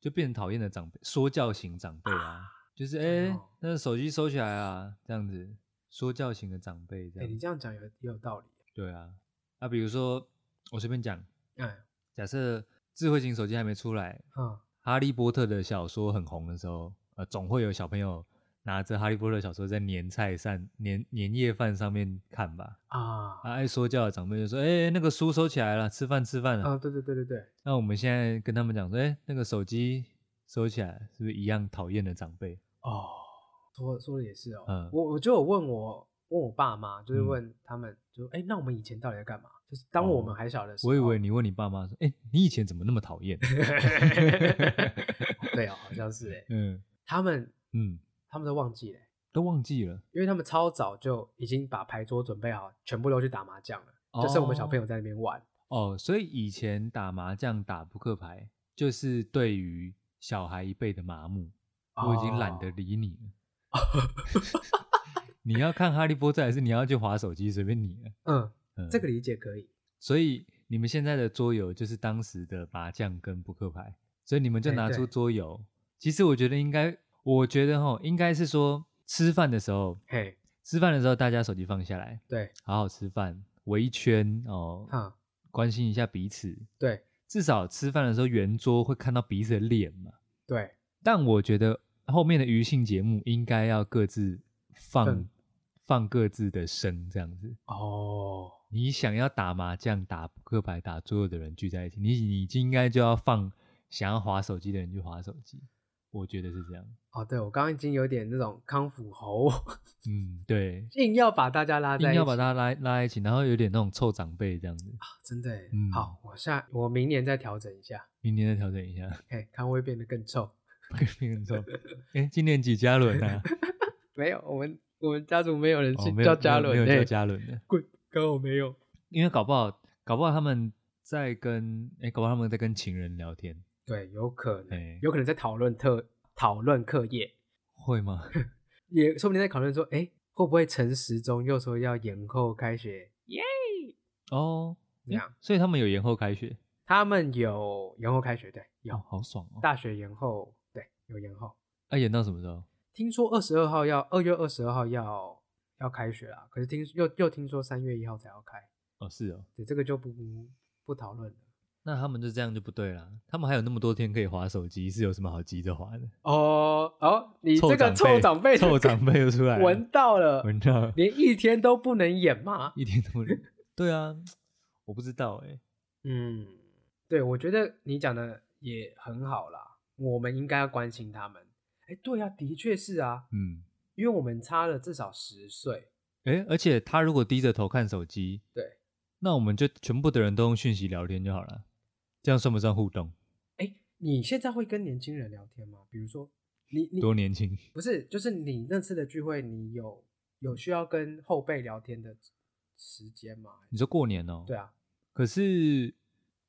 Speaker 1: 就变成讨厌的长辈，说教型长辈啊，就是哎、
Speaker 2: 对
Speaker 1: 诶
Speaker 2: 哦
Speaker 1: 那手机收起来啊，这样子，说教型的长辈这
Speaker 2: 哎、
Speaker 1: 样，
Speaker 2: 你这样讲有也有道理。
Speaker 1: 对啊，啊，比如说我随便讲，
Speaker 2: 嗯
Speaker 1: 假设智慧型手机还没出来，
Speaker 2: 嗯，
Speaker 1: 哈利波特的小说很红的时候，呃，总会有小朋友拿着哈利波特的小说在年菜上、年年夜饭上面看吧。
Speaker 2: 啊
Speaker 1: 啊，爱说教的长辈就说：“哎、那个书收起来了，吃饭吃饭了。
Speaker 2: 啊，对对对对对，
Speaker 1: 那我们现在跟他们讲说：“哎、那个手机收起来，是不是一样讨厌的长辈
Speaker 2: 哦，说说的也是哦。
Speaker 1: 嗯
Speaker 2: 我我就有问我问我爸妈，就是
Speaker 1: 嗯
Speaker 2: 问他们，就哎、那我们以前到底在干嘛？就是当我们
Speaker 1: 哦
Speaker 2: 还小的？”时候，
Speaker 1: 我以
Speaker 2: (laughs)
Speaker 1: 为你 (laughs) 问你爸妈说：“哎、你以前怎么那么讨厌
Speaker 2: 对哦，好像 (laughs) 是哎、？”
Speaker 1: 嗯
Speaker 2: 他们
Speaker 1: 嗯，
Speaker 2: 他们都忘记了、欸
Speaker 1: 都忘记了。
Speaker 2: 因为他们超早就已经把牌桌准备好，全部都去打麻将了，
Speaker 1: 哦
Speaker 2: 就剩我们小朋友在那边玩。
Speaker 1: 哦，所以以前打麻将、打扑克牌，就是对于小孩一辈的麻木。我已经懒得
Speaker 2: 哦
Speaker 1: 理你了。
Speaker 2: (laughs)
Speaker 1: (laughs) 你要看《哈利波特》还是你要去划手机？随便你了。
Speaker 2: 嗯，
Speaker 1: 嗯，
Speaker 2: 这个理解可以。
Speaker 1: 所以你们现在的桌游就是当时的麻将跟扑克牌，所以你们就
Speaker 2: 哎
Speaker 1: 拿出
Speaker 2: 对
Speaker 1: 桌游。其实我觉得应该，我觉得哈，应该是说吃饭的时候，
Speaker 2: 嘿，
Speaker 1: 吃饭的时候大家手机放下来，
Speaker 2: 对，
Speaker 1: 好好吃饭，围一圈哦，
Speaker 2: 哈，
Speaker 1: 关心一下彼此。
Speaker 2: 对
Speaker 1: 至少吃饭的时候圆桌会看到彼此的脸嘛。
Speaker 2: 对，
Speaker 1: 但我觉得后面的娱乐性节目应该要各自放
Speaker 2: 分
Speaker 1: 放各自的声，这样子。
Speaker 2: 哦，
Speaker 1: 你想要打麻将、打扑克牌、打桌游的人聚在一起，你你就应该就要放想要划手机的人去划手机。我觉得是这样。
Speaker 2: 哦，对我刚刚已经有点那种康复猴，
Speaker 1: 嗯，对，
Speaker 2: 硬要把大家拉在
Speaker 1: 硬
Speaker 2: 一起，
Speaker 1: 要把大家拉拉在一起，然后有点那种臭长辈这样子。
Speaker 2: 真的耶、
Speaker 1: 嗯
Speaker 2: 好，我下我明年再调整一下，
Speaker 1: 明年再调整一下，
Speaker 2: 嘿，看会不会变得更臭。
Speaker 1: 跟别人说，哎，今年几加仑
Speaker 2: (laughs)
Speaker 1: 啊？
Speaker 2: 没有，我们我们家族没有人
Speaker 1: 哦，
Speaker 2: 去
Speaker 1: 没
Speaker 2: 叫
Speaker 1: 有
Speaker 2: 嘉
Speaker 1: 没
Speaker 2: 伦，
Speaker 1: 有没有叫
Speaker 2: 嘿
Speaker 1: 嘉伦的。
Speaker 2: 滚，刚好没有。
Speaker 1: 因为搞不好，搞不好他们在跟哎、搞不好他们在跟情人聊天，
Speaker 2: 对，有可
Speaker 1: 嘿
Speaker 2: 能，有可能在讨论特讨论课业。
Speaker 1: 会吗？ (laughs)
Speaker 2: 也说不定在讨论说，哎、会不会陈时中又说要延后开学？耶、
Speaker 1: 哦，
Speaker 2: 这样
Speaker 1: 诶所以他们有延后开学，
Speaker 2: 他们有延后开学，对，有、
Speaker 1: 哦，好爽哦。
Speaker 2: 大学延后，对，有延后。
Speaker 1: 啊，延到什么时候？
Speaker 2: 听说二十二号要二月二十二号要要开学啦，可是听又又听说三月一号才要开，
Speaker 1: 哦，是哦，
Speaker 2: 对，这个就不不讨论了。
Speaker 1: 那他们就这样就不对啦。他们还有那么多天可以划手机，是有什么好急着划的？ (laughs)
Speaker 2: 哦哦，你
Speaker 1: 臭
Speaker 2: 这个臭长辈，
Speaker 1: 臭长辈又出来了，
Speaker 2: 闻到了，
Speaker 1: 闻到，
Speaker 2: 连一天都不能演嘛。
Speaker 1: 一点都不。对啊，我不知道哎、
Speaker 2: 嗯，对，我觉得你讲的也很好啦，我们应该要关心他们。哎，对啊，的确是啊，
Speaker 1: 嗯，
Speaker 2: 因为我们差了至少十岁。
Speaker 1: 哎、而且他如果低着头看手机，
Speaker 2: 对，
Speaker 1: 那我们就全部的人都用讯息聊天就好了，这样算不算互动？
Speaker 2: 哎，你现在会跟年轻人聊天吗？比如说，你你
Speaker 1: 多年轻？ (laughs)
Speaker 2: 不是，就是你那次的聚会，你有有需要跟后辈聊天的时间吗？
Speaker 1: 你说过年哦、
Speaker 2: 对啊，
Speaker 1: 可是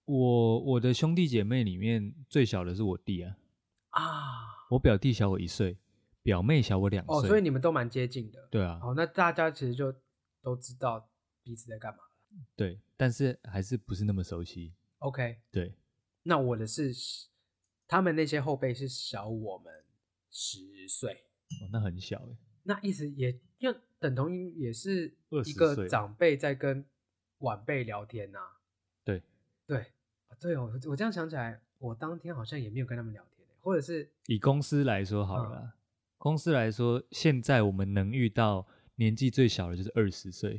Speaker 1: 我我的兄弟姐妹里面最小的是我弟啊，
Speaker 2: 啊，
Speaker 1: 我表弟小我一岁，表妹小我两岁。
Speaker 2: 哦，所以你们都蛮接近的。
Speaker 1: 对啊，
Speaker 2: 哦，那大家其实就都知道彼此在干嘛。
Speaker 1: 对，但是还是不是那么熟悉。
Speaker 2: OK，
Speaker 1: 对，
Speaker 2: 那我的是，他们那些后辈是小我们十岁，
Speaker 1: 哦，那很小哎。
Speaker 2: 那意思也就等同于也是一
Speaker 1: 20岁
Speaker 2: 个长辈在跟晚辈聊天呐、
Speaker 1: 对
Speaker 2: 对对哦，我我这样想起来，我当天好像也没有跟他们聊天，或者是
Speaker 1: 以公司来说好了啦，公司来说，现在我们能遇到年纪最小的就是二十岁，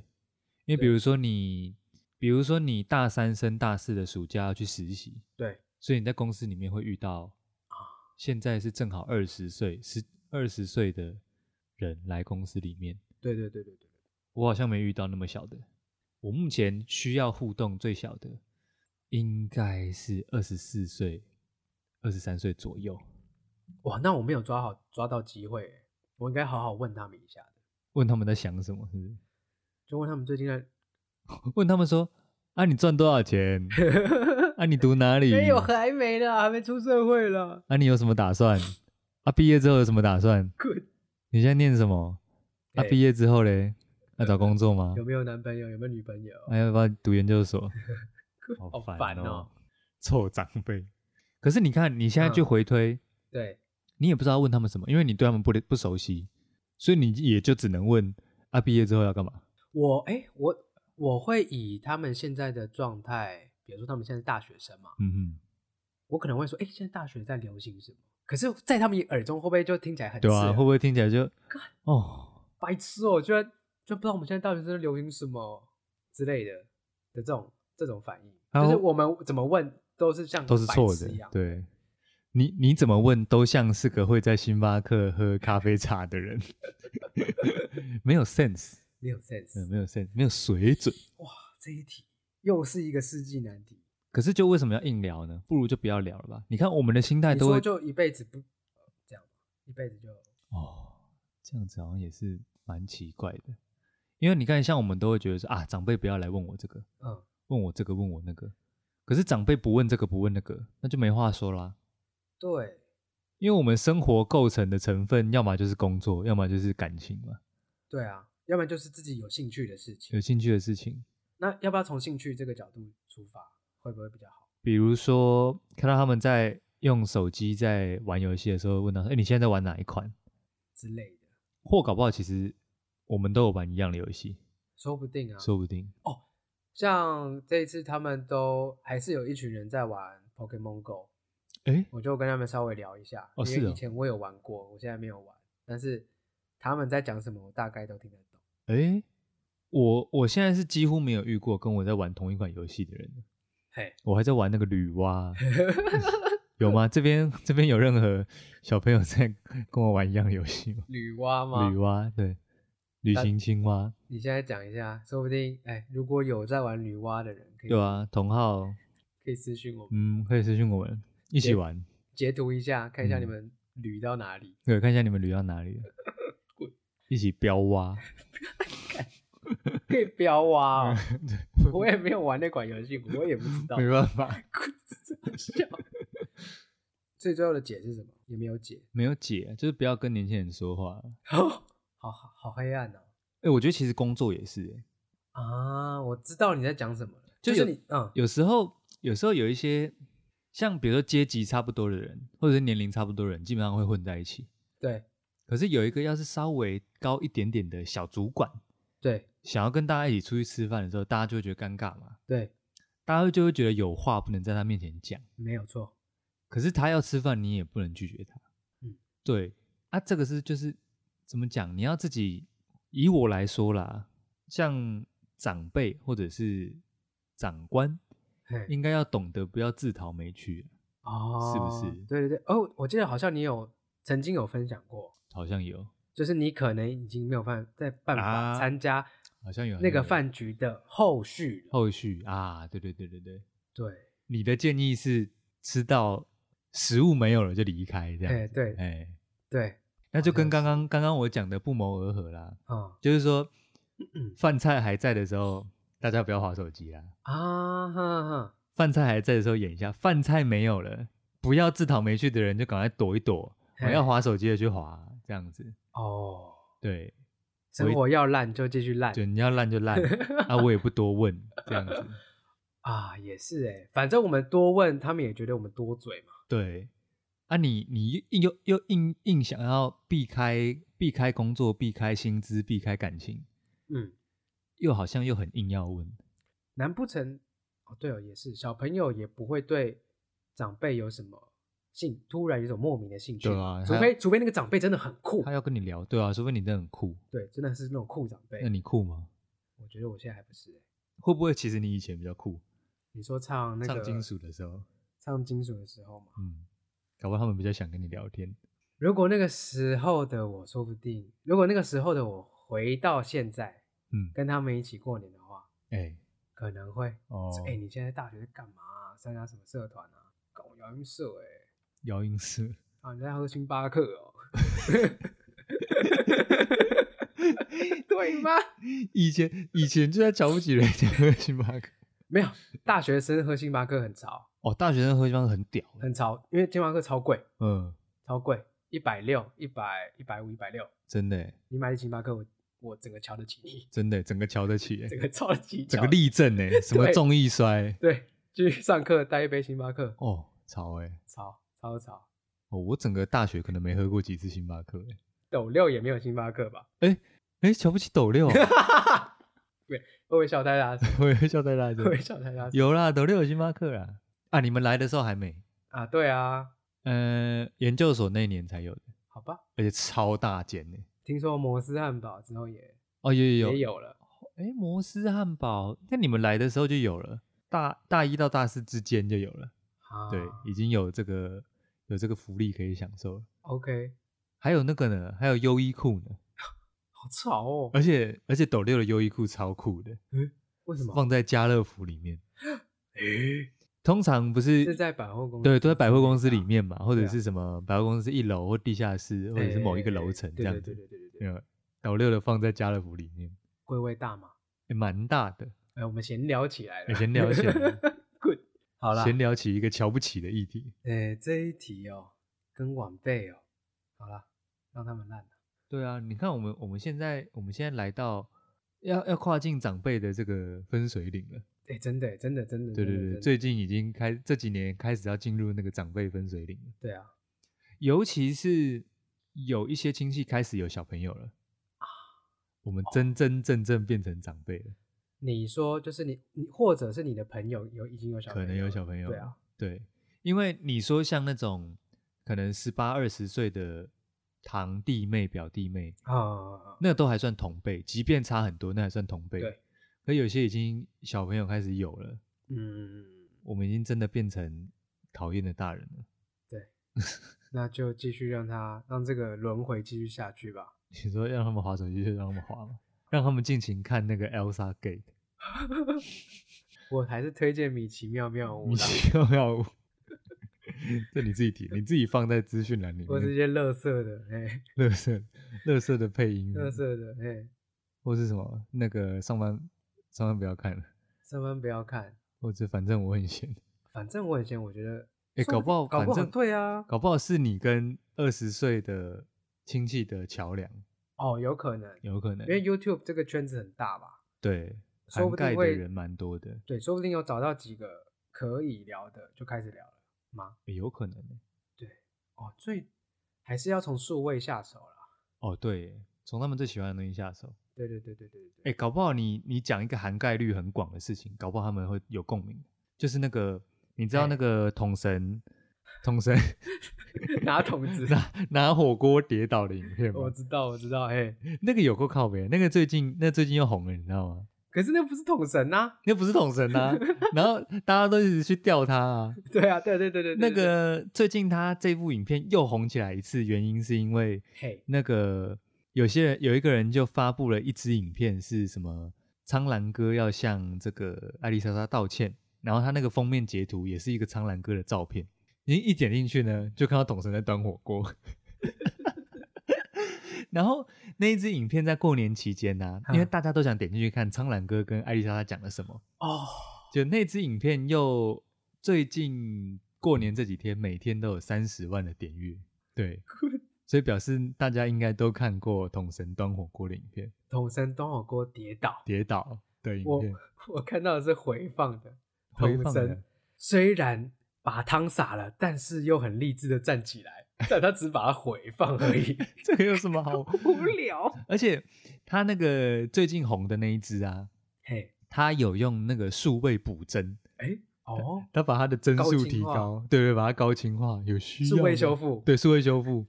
Speaker 1: 因为比
Speaker 2: 对
Speaker 1: 如说你，比如说你大三升大四的暑假要去实习，
Speaker 2: 对
Speaker 1: 所以你在公司里面会遇到，现在是正好二十岁，是二十岁的人来公司里面，
Speaker 2: 对对对对对，
Speaker 1: 我好像没遇到那么小的。我目前需要互动最小的应该是二十四岁、二十三岁左右。
Speaker 2: 哇，那我没有抓好抓到机会耶，我应该好好问他们一下的，
Speaker 1: 问他们在想什么，是不是？
Speaker 2: 就问他们最近在
Speaker 1: (laughs) 问他们说：“啊，你赚多少钱？啊，你读哪里？
Speaker 2: 没有还没呢，还没出社会了，
Speaker 1: 啊，你有什么打算？啊，毕业之后有什么打算？
Speaker 2: 滚
Speaker 1: 你现在念什么？啊，
Speaker 2: 哎
Speaker 1: 毕业之后嘞，要找工作吗
Speaker 2: 有？没有男朋友？有没有女朋友？
Speaker 1: 还要不要读研究
Speaker 2: (laughs)
Speaker 1: 所？
Speaker 2: 好
Speaker 1: 烦
Speaker 2: 烦哦。
Speaker 1: 臭长辈。可是你看，你现在去
Speaker 2: 嗯
Speaker 1: 回推，
Speaker 2: 对，
Speaker 1: 你也不知道问他们什么，因为你对他们不了不熟悉，所以你也就只能问啊，毕业之后要干嘛？
Speaker 2: 我哎、我我会以他们现在的状态，比如说他们现在是大学生嘛，
Speaker 1: 嗯嗯，
Speaker 2: 我可能会说，哎、现在大学在流行什么？可是，在他们耳中，会不会就听起来很
Speaker 1: 对啊，
Speaker 2: 刺耳
Speaker 1: 会不会听起来就哦，
Speaker 2: 白痴哦、居然居然不知道我们现在大学生在流行什么之类的的这种这种反应，
Speaker 1: 然
Speaker 2: 就是
Speaker 1: 后
Speaker 2: 我们怎么问都是像
Speaker 1: 都是
Speaker 2: 白
Speaker 1: 错
Speaker 2: 痴一
Speaker 1: 的
Speaker 2: 样，，
Speaker 1: 对。你你怎么问都像是个会在星巴克喝咖啡茶的人， (laughs) 没有 sense，
Speaker 2: 没有
Speaker 1: 嗯
Speaker 2: sense。
Speaker 1: 没有 sense，没有水准。
Speaker 2: 哇，这一题又是一个世纪难题，
Speaker 1: 可是就为什么要硬聊呢？不如就不要聊了吧。你看我们的心态
Speaker 2: 你
Speaker 1: 都
Speaker 2: 说
Speaker 1: 会
Speaker 2: 就一辈子不这样，一辈子就
Speaker 1: 哦，这样子好像也是蛮奇怪的，因为你看，像我们都会觉得说啊，长辈不要来问我这个，
Speaker 2: 嗯，
Speaker 1: 问我这个，问我那个。可是长辈不问这个，不问那个，那就没话说啦。
Speaker 2: 对
Speaker 1: 因为我们生活构成的成分，要么就是工作，要么就是感情嘛，
Speaker 2: 对啊，要不然就是自己有兴趣的事情
Speaker 1: 有。兴趣的事情。
Speaker 2: 那要不要从兴趣这个角度出发，会不会比较好？
Speaker 1: 比如说，看到他们在用手机在玩游戏的时候，问他说：“哎、你现在在玩哪一款
Speaker 2: 之类的，？”
Speaker 1: 或搞不好其实我们都有玩一样的游戏，
Speaker 2: 说不定啊。
Speaker 1: 说不定。
Speaker 2: 像这一次他们都还是有一群人在玩 Pokemon Go，
Speaker 1: 哎、
Speaker 2: 我就跟他们稍微聊一下，
Speaker 1: 哦
Speaker 2: 因
Speaker 1: 是
Speaker 2: 为
Speaker 1: 哦
Speaker 2: 以前我有玩过，我现在没有玩，但是他们在讲什么，我大概都听得懂。
Speaker 1: 诶，我我现在是几乎没有遇过跟我在玩同一款游戏的人，
Speaker 2: 嘿，
Speaker 1: 我还在玩那个女
Speaker 2: (laughs)
Speaker 1: 娲，有吗？这边这边有任何小朋友在跟我玩一样的游戏吗？
Speaker 2: 女娲吗？
Speaker 1: 女娲对，旅行青蛙
Speaker 2: 你现在讲一下，说不定哎，如果有在玩女娲的人，可以
Speaker 1: 对啊，同号
Speaker 2: 可以私信我们，
Speaker 1: 嗯可以私信我们一起
Speaker 2: 对
Speaker 1: 玩，
Speaker 2: 截图一下，看一下
Speaker 1: 嗯
Speaker 2: 你们捋到哪里。
Speaker 1: 对，看一下你们旅到哪里了
Speaker 2: (laughs) 滚，
Speaker 1: 一起飙蛙，
Speaker 2: 可以标蛙、哦，
Speaker 1: 嗯 (laughs) 对
Speaker 2: (laughs) 我也没有玩那款游戏，我也不
Speaker 1: (laughs)
Speaker 2: 知道。
Speaker 1: 没办法，
Speaker 2: 笑。
Speaker 1: (laughs)
Speaker 2: (laughs) 所以最后的解是什么？也没有解。
Speaker 1: 没有解，就是不要跟年轻人说话。
Speaker 2: 好好好黑暗哦。
Speaker 1: 哎，我觉得其实工作也是、诶
Speaker 2: 啊，我知道你在讲什么了，
Speaker 1: 就
Speaker 2: 就是
Speaker 1: 有
Speaker 2: 你，嗯，
Speaker 1: 有时候，有时候有一些像比如说阶级差不多的人，或者是年龄差不多的人，基本上会混在一起。
Speaker 2: 对
Speaker 1: 可是有一个要是稍微高一点点的小主管，
Speaker 2: 对
Speaker 1: 想要跟大家一起出去吃饭的时候，大家就会觉得尴尬嘛，
Speaker 2: 对，
Speaker 1: 大家就会觉得有话不能在他面前讲。
Speaker 2: 没有错，
Speaker 1: 可是他要吃饭，你也不能拒绝他。
Speaker 2: 嗯，
Speaker 1: 对啊，这个是就是怎么讲？你要自己以我来说啦，像长辈或者是长官，
Speaker 2: 嘿，
Speaker 1: 应该要懂得不要自讨没趣、啊
Speaker 2: 哦，
Speaker 1: 是不是
Speaker 2: 对对对，哦，我记得好像你有曾经有分享过，
Speaker 1: 好像有，
Speaker 2: 就是你可能已经没有办在办法
Speaker 1: 啊
Speaker 2: 参加
Speaker 1: 好像有
Speaker 2: 那个
Speaker 1: 饭
Speaker 2: 饭局的后续了。
Speaker 1: 后续啊，对对对对对，
Speaker 2: 对，
Speaker 1: 你的建议是吃到食物没有了就离开这
Speaker 2: 哎
Speaker 1: 样，
Speaker 2: 对
Speaker 1: 哎，
Speaker 2: 对，
Speaker 1: 那就跟
Speaker 2: 好像
Speaker 1: 刚
Speaker 2: 是
Speaker 1: 刚刚刚我讲的不谋而合啦，
Speaker 2: 啊
Speaker 1: 就是说
Speaker 2: 嗯
Speaker 1: 饭菜还在的时候，大家不要划手机啦，
Speaker 2: 啊哈哈，
Speaker 1: 饭菜还在的时候演一下，饭菜没有了，不要自讨没趣的人就赶快躲一躲，
Speaker 2: 嘿
Speaker 1: 要划手机的去划，这样子，
Speaker 2: 哦，
Speaker 1: 对，
Speaker 2: 生活要烂就继续烂
Speaker 1: 就你要烂就烂啊，我也不多问，这样子，
Speaker 2: 啊，也是哎，反正我们多问，他们也觉得我们多嘴嘛。
Speaker 1: 对，啊你，你硬又又硬硬想要避开避开工作、避开薪资、避开感情，
Speaker 2: 嗯，
Speaker 1: 又好像又很硬要问，
Speaker 2: 难不成哦？对哦，也是小朋友也不会对长辈有什么兴，突然有一种莫名的兴趣，
Speaker 1: 对啊
Speaker 2: 除
Speaker 1: 他
Speaker 2: 非除非那个长辈真的很酷
Speaker 1: 他，要跟你聊，对啊，除非你真的很酷，
Speaker 2: 对，真的是那种酷长辈
Speaker 1: 那。你酷吗？
Speaker 2: 我觉得我现在还不是欸、
Speaker 1: 会不会其实你以前比较酷，
Speaker 2: 你说唱那个
Speaker 1: 唱金属的时候，
Speaker 2: 唱金属的时候嘛，
Speaker 1: 嗯，搞不好他们比较想跟你聊天，
Speaker 2: 如果那个时候的我，说不定如果那个时候的我回到现在，
Speaker 1: 嗯，
Speaker 2: 跟他们一起过年的话，
Speaker 1: 哎、
Speaker 2: 可能会
Speaker 1: 哦，
Speaker 2: 哎、你现在大学在干嘛、啊？参加什么社团啊？搞摇滚社哎、
Speaker 1: 摇音师，
Speaker 2: 啊，你在喝星巴克哦？ (laughs) 对吗？
Speaker 1: 以前以前就在瞧不起人家喝 (laughs) 星巴克，
Speaker 2: 没有，大学生喝星巴克很潮，
Speaker 1: 哦，大学生喝星巴克很屌，
Speaker 2: 很潮，因为星巴克超贵，
Speaker 1: 嗯，
Speaker 2: 超贵，一百六、一百、一百五、一百六，
Speaker 1: 真的耶欸
Speaker 2: 你买星巴克，我我整个瞧得起你，
Speaker 1: 真的耶欸整个瞧得起耶，
Speaker 2: 整个超级
Speaker 1: 整
Speaker 2: 瞧
Speaker 1: 个立正哎，什么
Speaker 2: (laughs) 对
Speaker 1: 重易摔
Speaker 2: 对，去上课带一杯星巴克，
Speaker 1: 哦，潮哎。
Speaker 2: 超超超，
Speaker 1: 哦，我整个大学可能没喝过几次星巴克欸耶。
Speaker 2: 斗六也没有星巴克吧？ (laughs)
Speaker 1: 哎，瞧不起斗六啊，
Speaker 2: 对，会不会笑太大声？
Speaker 1: (laughs) 我也笑在那
Speaker 2: 会
Speaker 1: 里
Speaker 2: 不。会笑太大声？
Speaker 1: (laughs) 有啦，斗六有星巴克啦。啊，你们来的时候还没？
Speaker 2: 啊，对啊，
Speaker 1: 呃，研究所那年才有的，
Speaker 2: 好吧，
Speaker 1: 而且超大间呢。
Speaker 2: 听说摩斯汉堡之后也
Speaker 1: 哦，有有
Speaker 2: 也
Speaker 1: 有。
Speaker 2: 有了，
Speaker 1: 哎，摩斯汉堡，那你们来的时候就有了，大大一到大四之间就有了。
Speaker 2: 啊，
Speaker 1: 对，已经有这个有这个福利可以享受了。
Speaker 2: ，OK，
Speaker 1: 还有那个呢，还有优衣库呢，
Speaker 2: 好吵哦，
Speaker 1: 而且而且斗六的优衣库超酷的，
Speaker 2: 为什么？
Speaker 1: 放在家乐福里面。
Speaker 2: 诶，
Speaker 1: 通常不是
Speaker 2: 是在百货公司，
Speaker 1: 对，都在百货公司里面嘛，或
Speaker 2: 对
Speaker 1: 者
Speaker 2: 啊
Speaker 1: 是什么百货公司一楼或地下室，或者是某一个楼层这
Speaker 2: 对，
Speaker 1: 样
Speaker 2: 对对
Speaker 1: 子。
Speaker 2: 对对对对，
Speaker 1: 嗯，斗六的放在家乐福里面，
Speaker 2: 贵位大嘛，
Speaker 1: 也蛮大的。
Speaker 2: 哎，我们闲聊起来了，
Speaker 1: 哎闲聊 (laughs) 起来了
Speaker 2: ，good，好啦，
Speaker 1: 闲聊起一个瞧不起的议题。
Speaker 2: 哎，这一题哦，跟晚辈哦，好啦，让他们烂了，
Speaker 1: 对啊，你看我们我们现在我们现在来到要要跨进长辈的这个分水岭了。
Speaker 2: 哎，真的真的真的，
Speaker 1: 对对
Speaker 2: 真的
Speaker 1: 对，
Speaker 2: 真的
Speaker 1: 最近已经开这几年开始要进入那个长辈分水岭了，
Speaker 2: 对啊，
Speaker 1: 尤其是有一些亲戚开始有小朋友了，我们真真正正变成长辈了，
Speaker 2: 你说就是你你或者是你的朋友有已经有小朋
Speaker 1: 可
Speaker 2: 友了，
Speaker 1: 能有小朋友
Speaker 2: 对
Speaker 1: 了
Speaker 2: 啊，
Speaker 1: 对，因为你说像那种可能十八二十岁的堂弟妹、表弟妹，
Speaker 2: 啊，
Speaker 1: 那都还算同辈，即便差很多，那还算同辈。
Speaker 2: 对，
Speaker 1: 可有些已经小朋友开始有了，
Speaker 2: 嗯，
Speaker 1: 我们已经真的变成讨厌的大人了。
Speaker 2: 那就继续让他让这个轮回继续下去吧。
Speaker 1: 你说让他们滑手机就让他们滑嘛，让他们尽情看那个 Elsa Gate，
Speaker 2: 我还是推荐米奇妙妙屋
Speaker 1: 你
Speaker 2: 啦，
Speaker 1: 需要要 (laughs) 这你自己提，你自己放在资讯栏里
Speaker 2: 或是一
Speaker 1: 面。
Speaker 2: 些乐色的，哎，
Speaker 1: 乐色乐色的配音，
Speaker 2: 乐色的，哎，
Speaker 1: 或是什么那个上班上班不要看了，
Speaker 2: 上班不要看，
Speaker 1: 或者反正我很闲。
Speaker 2: 反正我以前我觉得，
Speaker 1: 哎、
Speaker 2: 说
Speaker 1: 搞
Speaker 2: 定
Speaker 1: 不好
Speaker 2: 搞
Speaker 1: 反
Speaker 2: 不好
Speaker 1: 正
Speaker 2: 对啊，
Speaker 1: 搞不好是你跟二十岁的亲戚的桥梁，
Speaker 2: 哦，有可能，
Speaker 1: 有可能
Speaker 2: 因，为 YouTube 这个圈子很大吧，
Speaker 1: 对，
Speaker 2: 说
Speaker 1: 涵
Speaker 2: 不定
Speaker 1: 盖的
Speaker 2: 会
Speaker 1: 人蛮多的，
Speaker 2: 对，说不定有找到几个可以聊的，就开始聊了吗？
Speaker 1: 也有可能欸。
Speaker 2: 哦，所以还是要从数位下手啦。
Speaker 1: 哦，对耶，从他们最喜欢的东西下手。
Speaker 2: 对对对对对
Speaker 1: 哎、
Speaker 2: 对，
Speaker 1: 搞不好你你讲一个涵盖率很广的事情，搞不好他们会有共鸣。就是那个，你知道
Speaker 2: 哎
Speaker 1: 那个桶神，桶
Speaker 2: (laughs)
Speaker 1: 神哎
Speaker 2: 拿桶
Speaker 1: (laughs)
Speaker 2: 子，
Speaker 1: 拿拿火锅跌倒的影片吗
Speaker 2: 我？知道我知道，嘿，
Speaker 1: 那个有够靠北，那个最近那最近又红了，你知道吗？
Speaker 2: 可是那不是桶神呐、
Speaker 1: 那不是桶神
Speaker 2: (laughs)
Speaker 1: 啊，然后大家都一直去钓他啊。
Speaker 2: 对啊，对对对对对，
Speaker 1: 那
Speaker 2: 对对
Speaker 1: 个最近他这部影片又红起来一次，原因是因为
Speaker 2: 嘿，
Speaker 1: 那个有些人有一个人就发布了一支影片，是什么苍兰哥要向这个艾丽莎莎道歉，然后他那个封面截图也是一个苍兰哥的照片，你一点进去呢，就看到董神在端火锅。 (laughs) 然后那一支影片在过年期间呢、因为
Speaker 2: 嗯
Speaker 1: 大家都想点进去看苍兰哥跟艾丽莎莎讲了什么，
Speaker 2: 哦， (laughs)
Speaker 1: 就那支影片又最近过年这几天每天都有三十万的点阅，对，所以表示大家应该都看过桶神端火锅的影片，
Speaker 2: 桶神端火锅跌倒，
Speaker 1: 跌倒的影
Speaker 2: 我
Speaker 1: 片，
Speaker 2: (laughs) 我看到的是回放的，
Speaker 1: 嗯回
Speaker 2: 桶
Speaker 1: 放的
Speaker 2: 神虽然把汤洒了，但是又很励志的站起来，但他只把它回放而已，
Speaker 1: 这个有什么好？
Speaker 2: (laughs) 无聊，
Speaker 1: 而且他那个最近红的那一支啊，
Speaker 2: 嘿，
Speaker 1: 他有用那个数位补帧，
Speaker 2: 哎，哦。
Speaker 1: 他把他的帧
Speaker 2: 高
Speaker 1: 数
Speaker 2: 清
Speaker 1: 提
Speaker 2: 化
Speaker 1: 高，对对，把它高清化，有需要
Speaker 2: 数位
Speaker 1: 吗
Speaker 2: 修复，
Speaker 1: 对，数位修复，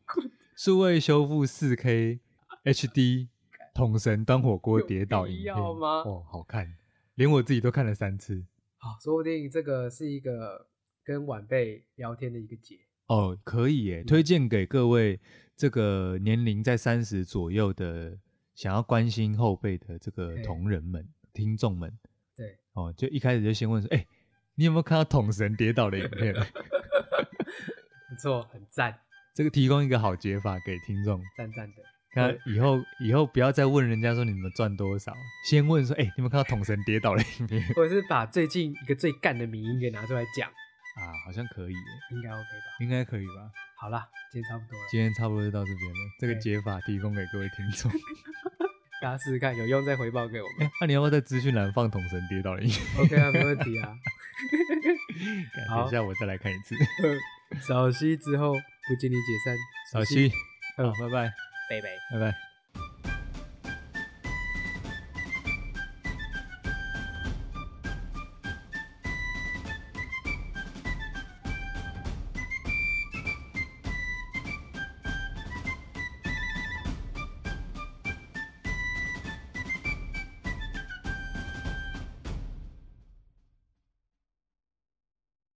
Speaker 1: 数位修复四 K HD 桶神端火锅
Speaker 2: (laughs) 有
Speaker 1: 跌倒
Speaker 2: 必
Speaker 1: 影片
Speaker 2: 要吗
Speaker 1: 哦，好看，连我自己都看了三次。
Speaker 2: 好，说不定这个是一个跟晚辈聊天的一个节。
Speaker 1: 哦，可以耶，
Speaker 2: 嗯
Speaker 1: 推荐给各位这个年龄在三十左右的想要关心后辈的这个
Speaker 2: 嘿
Speaker 1: 同仁们、听众们。
Speaker 2: 对，
Speaker 1: 哦，就一开始就先问说，哎、你有没有看到桶神跌倒的影片？ (laughs)
Speaker 2: 不错，很赞，
Speaker 1: 这个提供一个好解法给听众。
Speaker 2: 赞赞的。
Speaker 1: 那
Speaker 2: 对
Speaker 1: 以后以后不要再问人家说你们赚多少，先问说，哎、你有没有看到桶神跌倒的影片？ (laughs)
Speaker 2: 或者是把最近一个最干的迷音给拿出来讲，
Speaker 1: 啊，好像可以耶，
Speaker 2: 应该 OK 吧？
Speaker 1: 应该可以吧？
Speaker 2: 好啦，今天差不多了，
Speaker 1: 今天差不多就到这边了，这个
Speaker 2: 对
Speaker 1: 解法提供给各位听众。 (laughs)
Speaker 2: 大家试试看，有用再回报给我
Speaker 1: 哎
Speaker 2: (laughs) 们。
Speaker 1: 那、你要不要在资讯栏放桶神跌倒的音乐？
Speaker 2: OK 啊，没问 (laughs) 题啊。好
Speaker 1: 等一下我再来看一次。
Speaker 2: 嗯呃，扫息之后不尽力解散，
Speaker 1: 小西，好哎
Speaker 2: 嗯，
Speaker 1: 拜拜，
Speaker 2: 拜拜。
Speaker 1: 拜拜。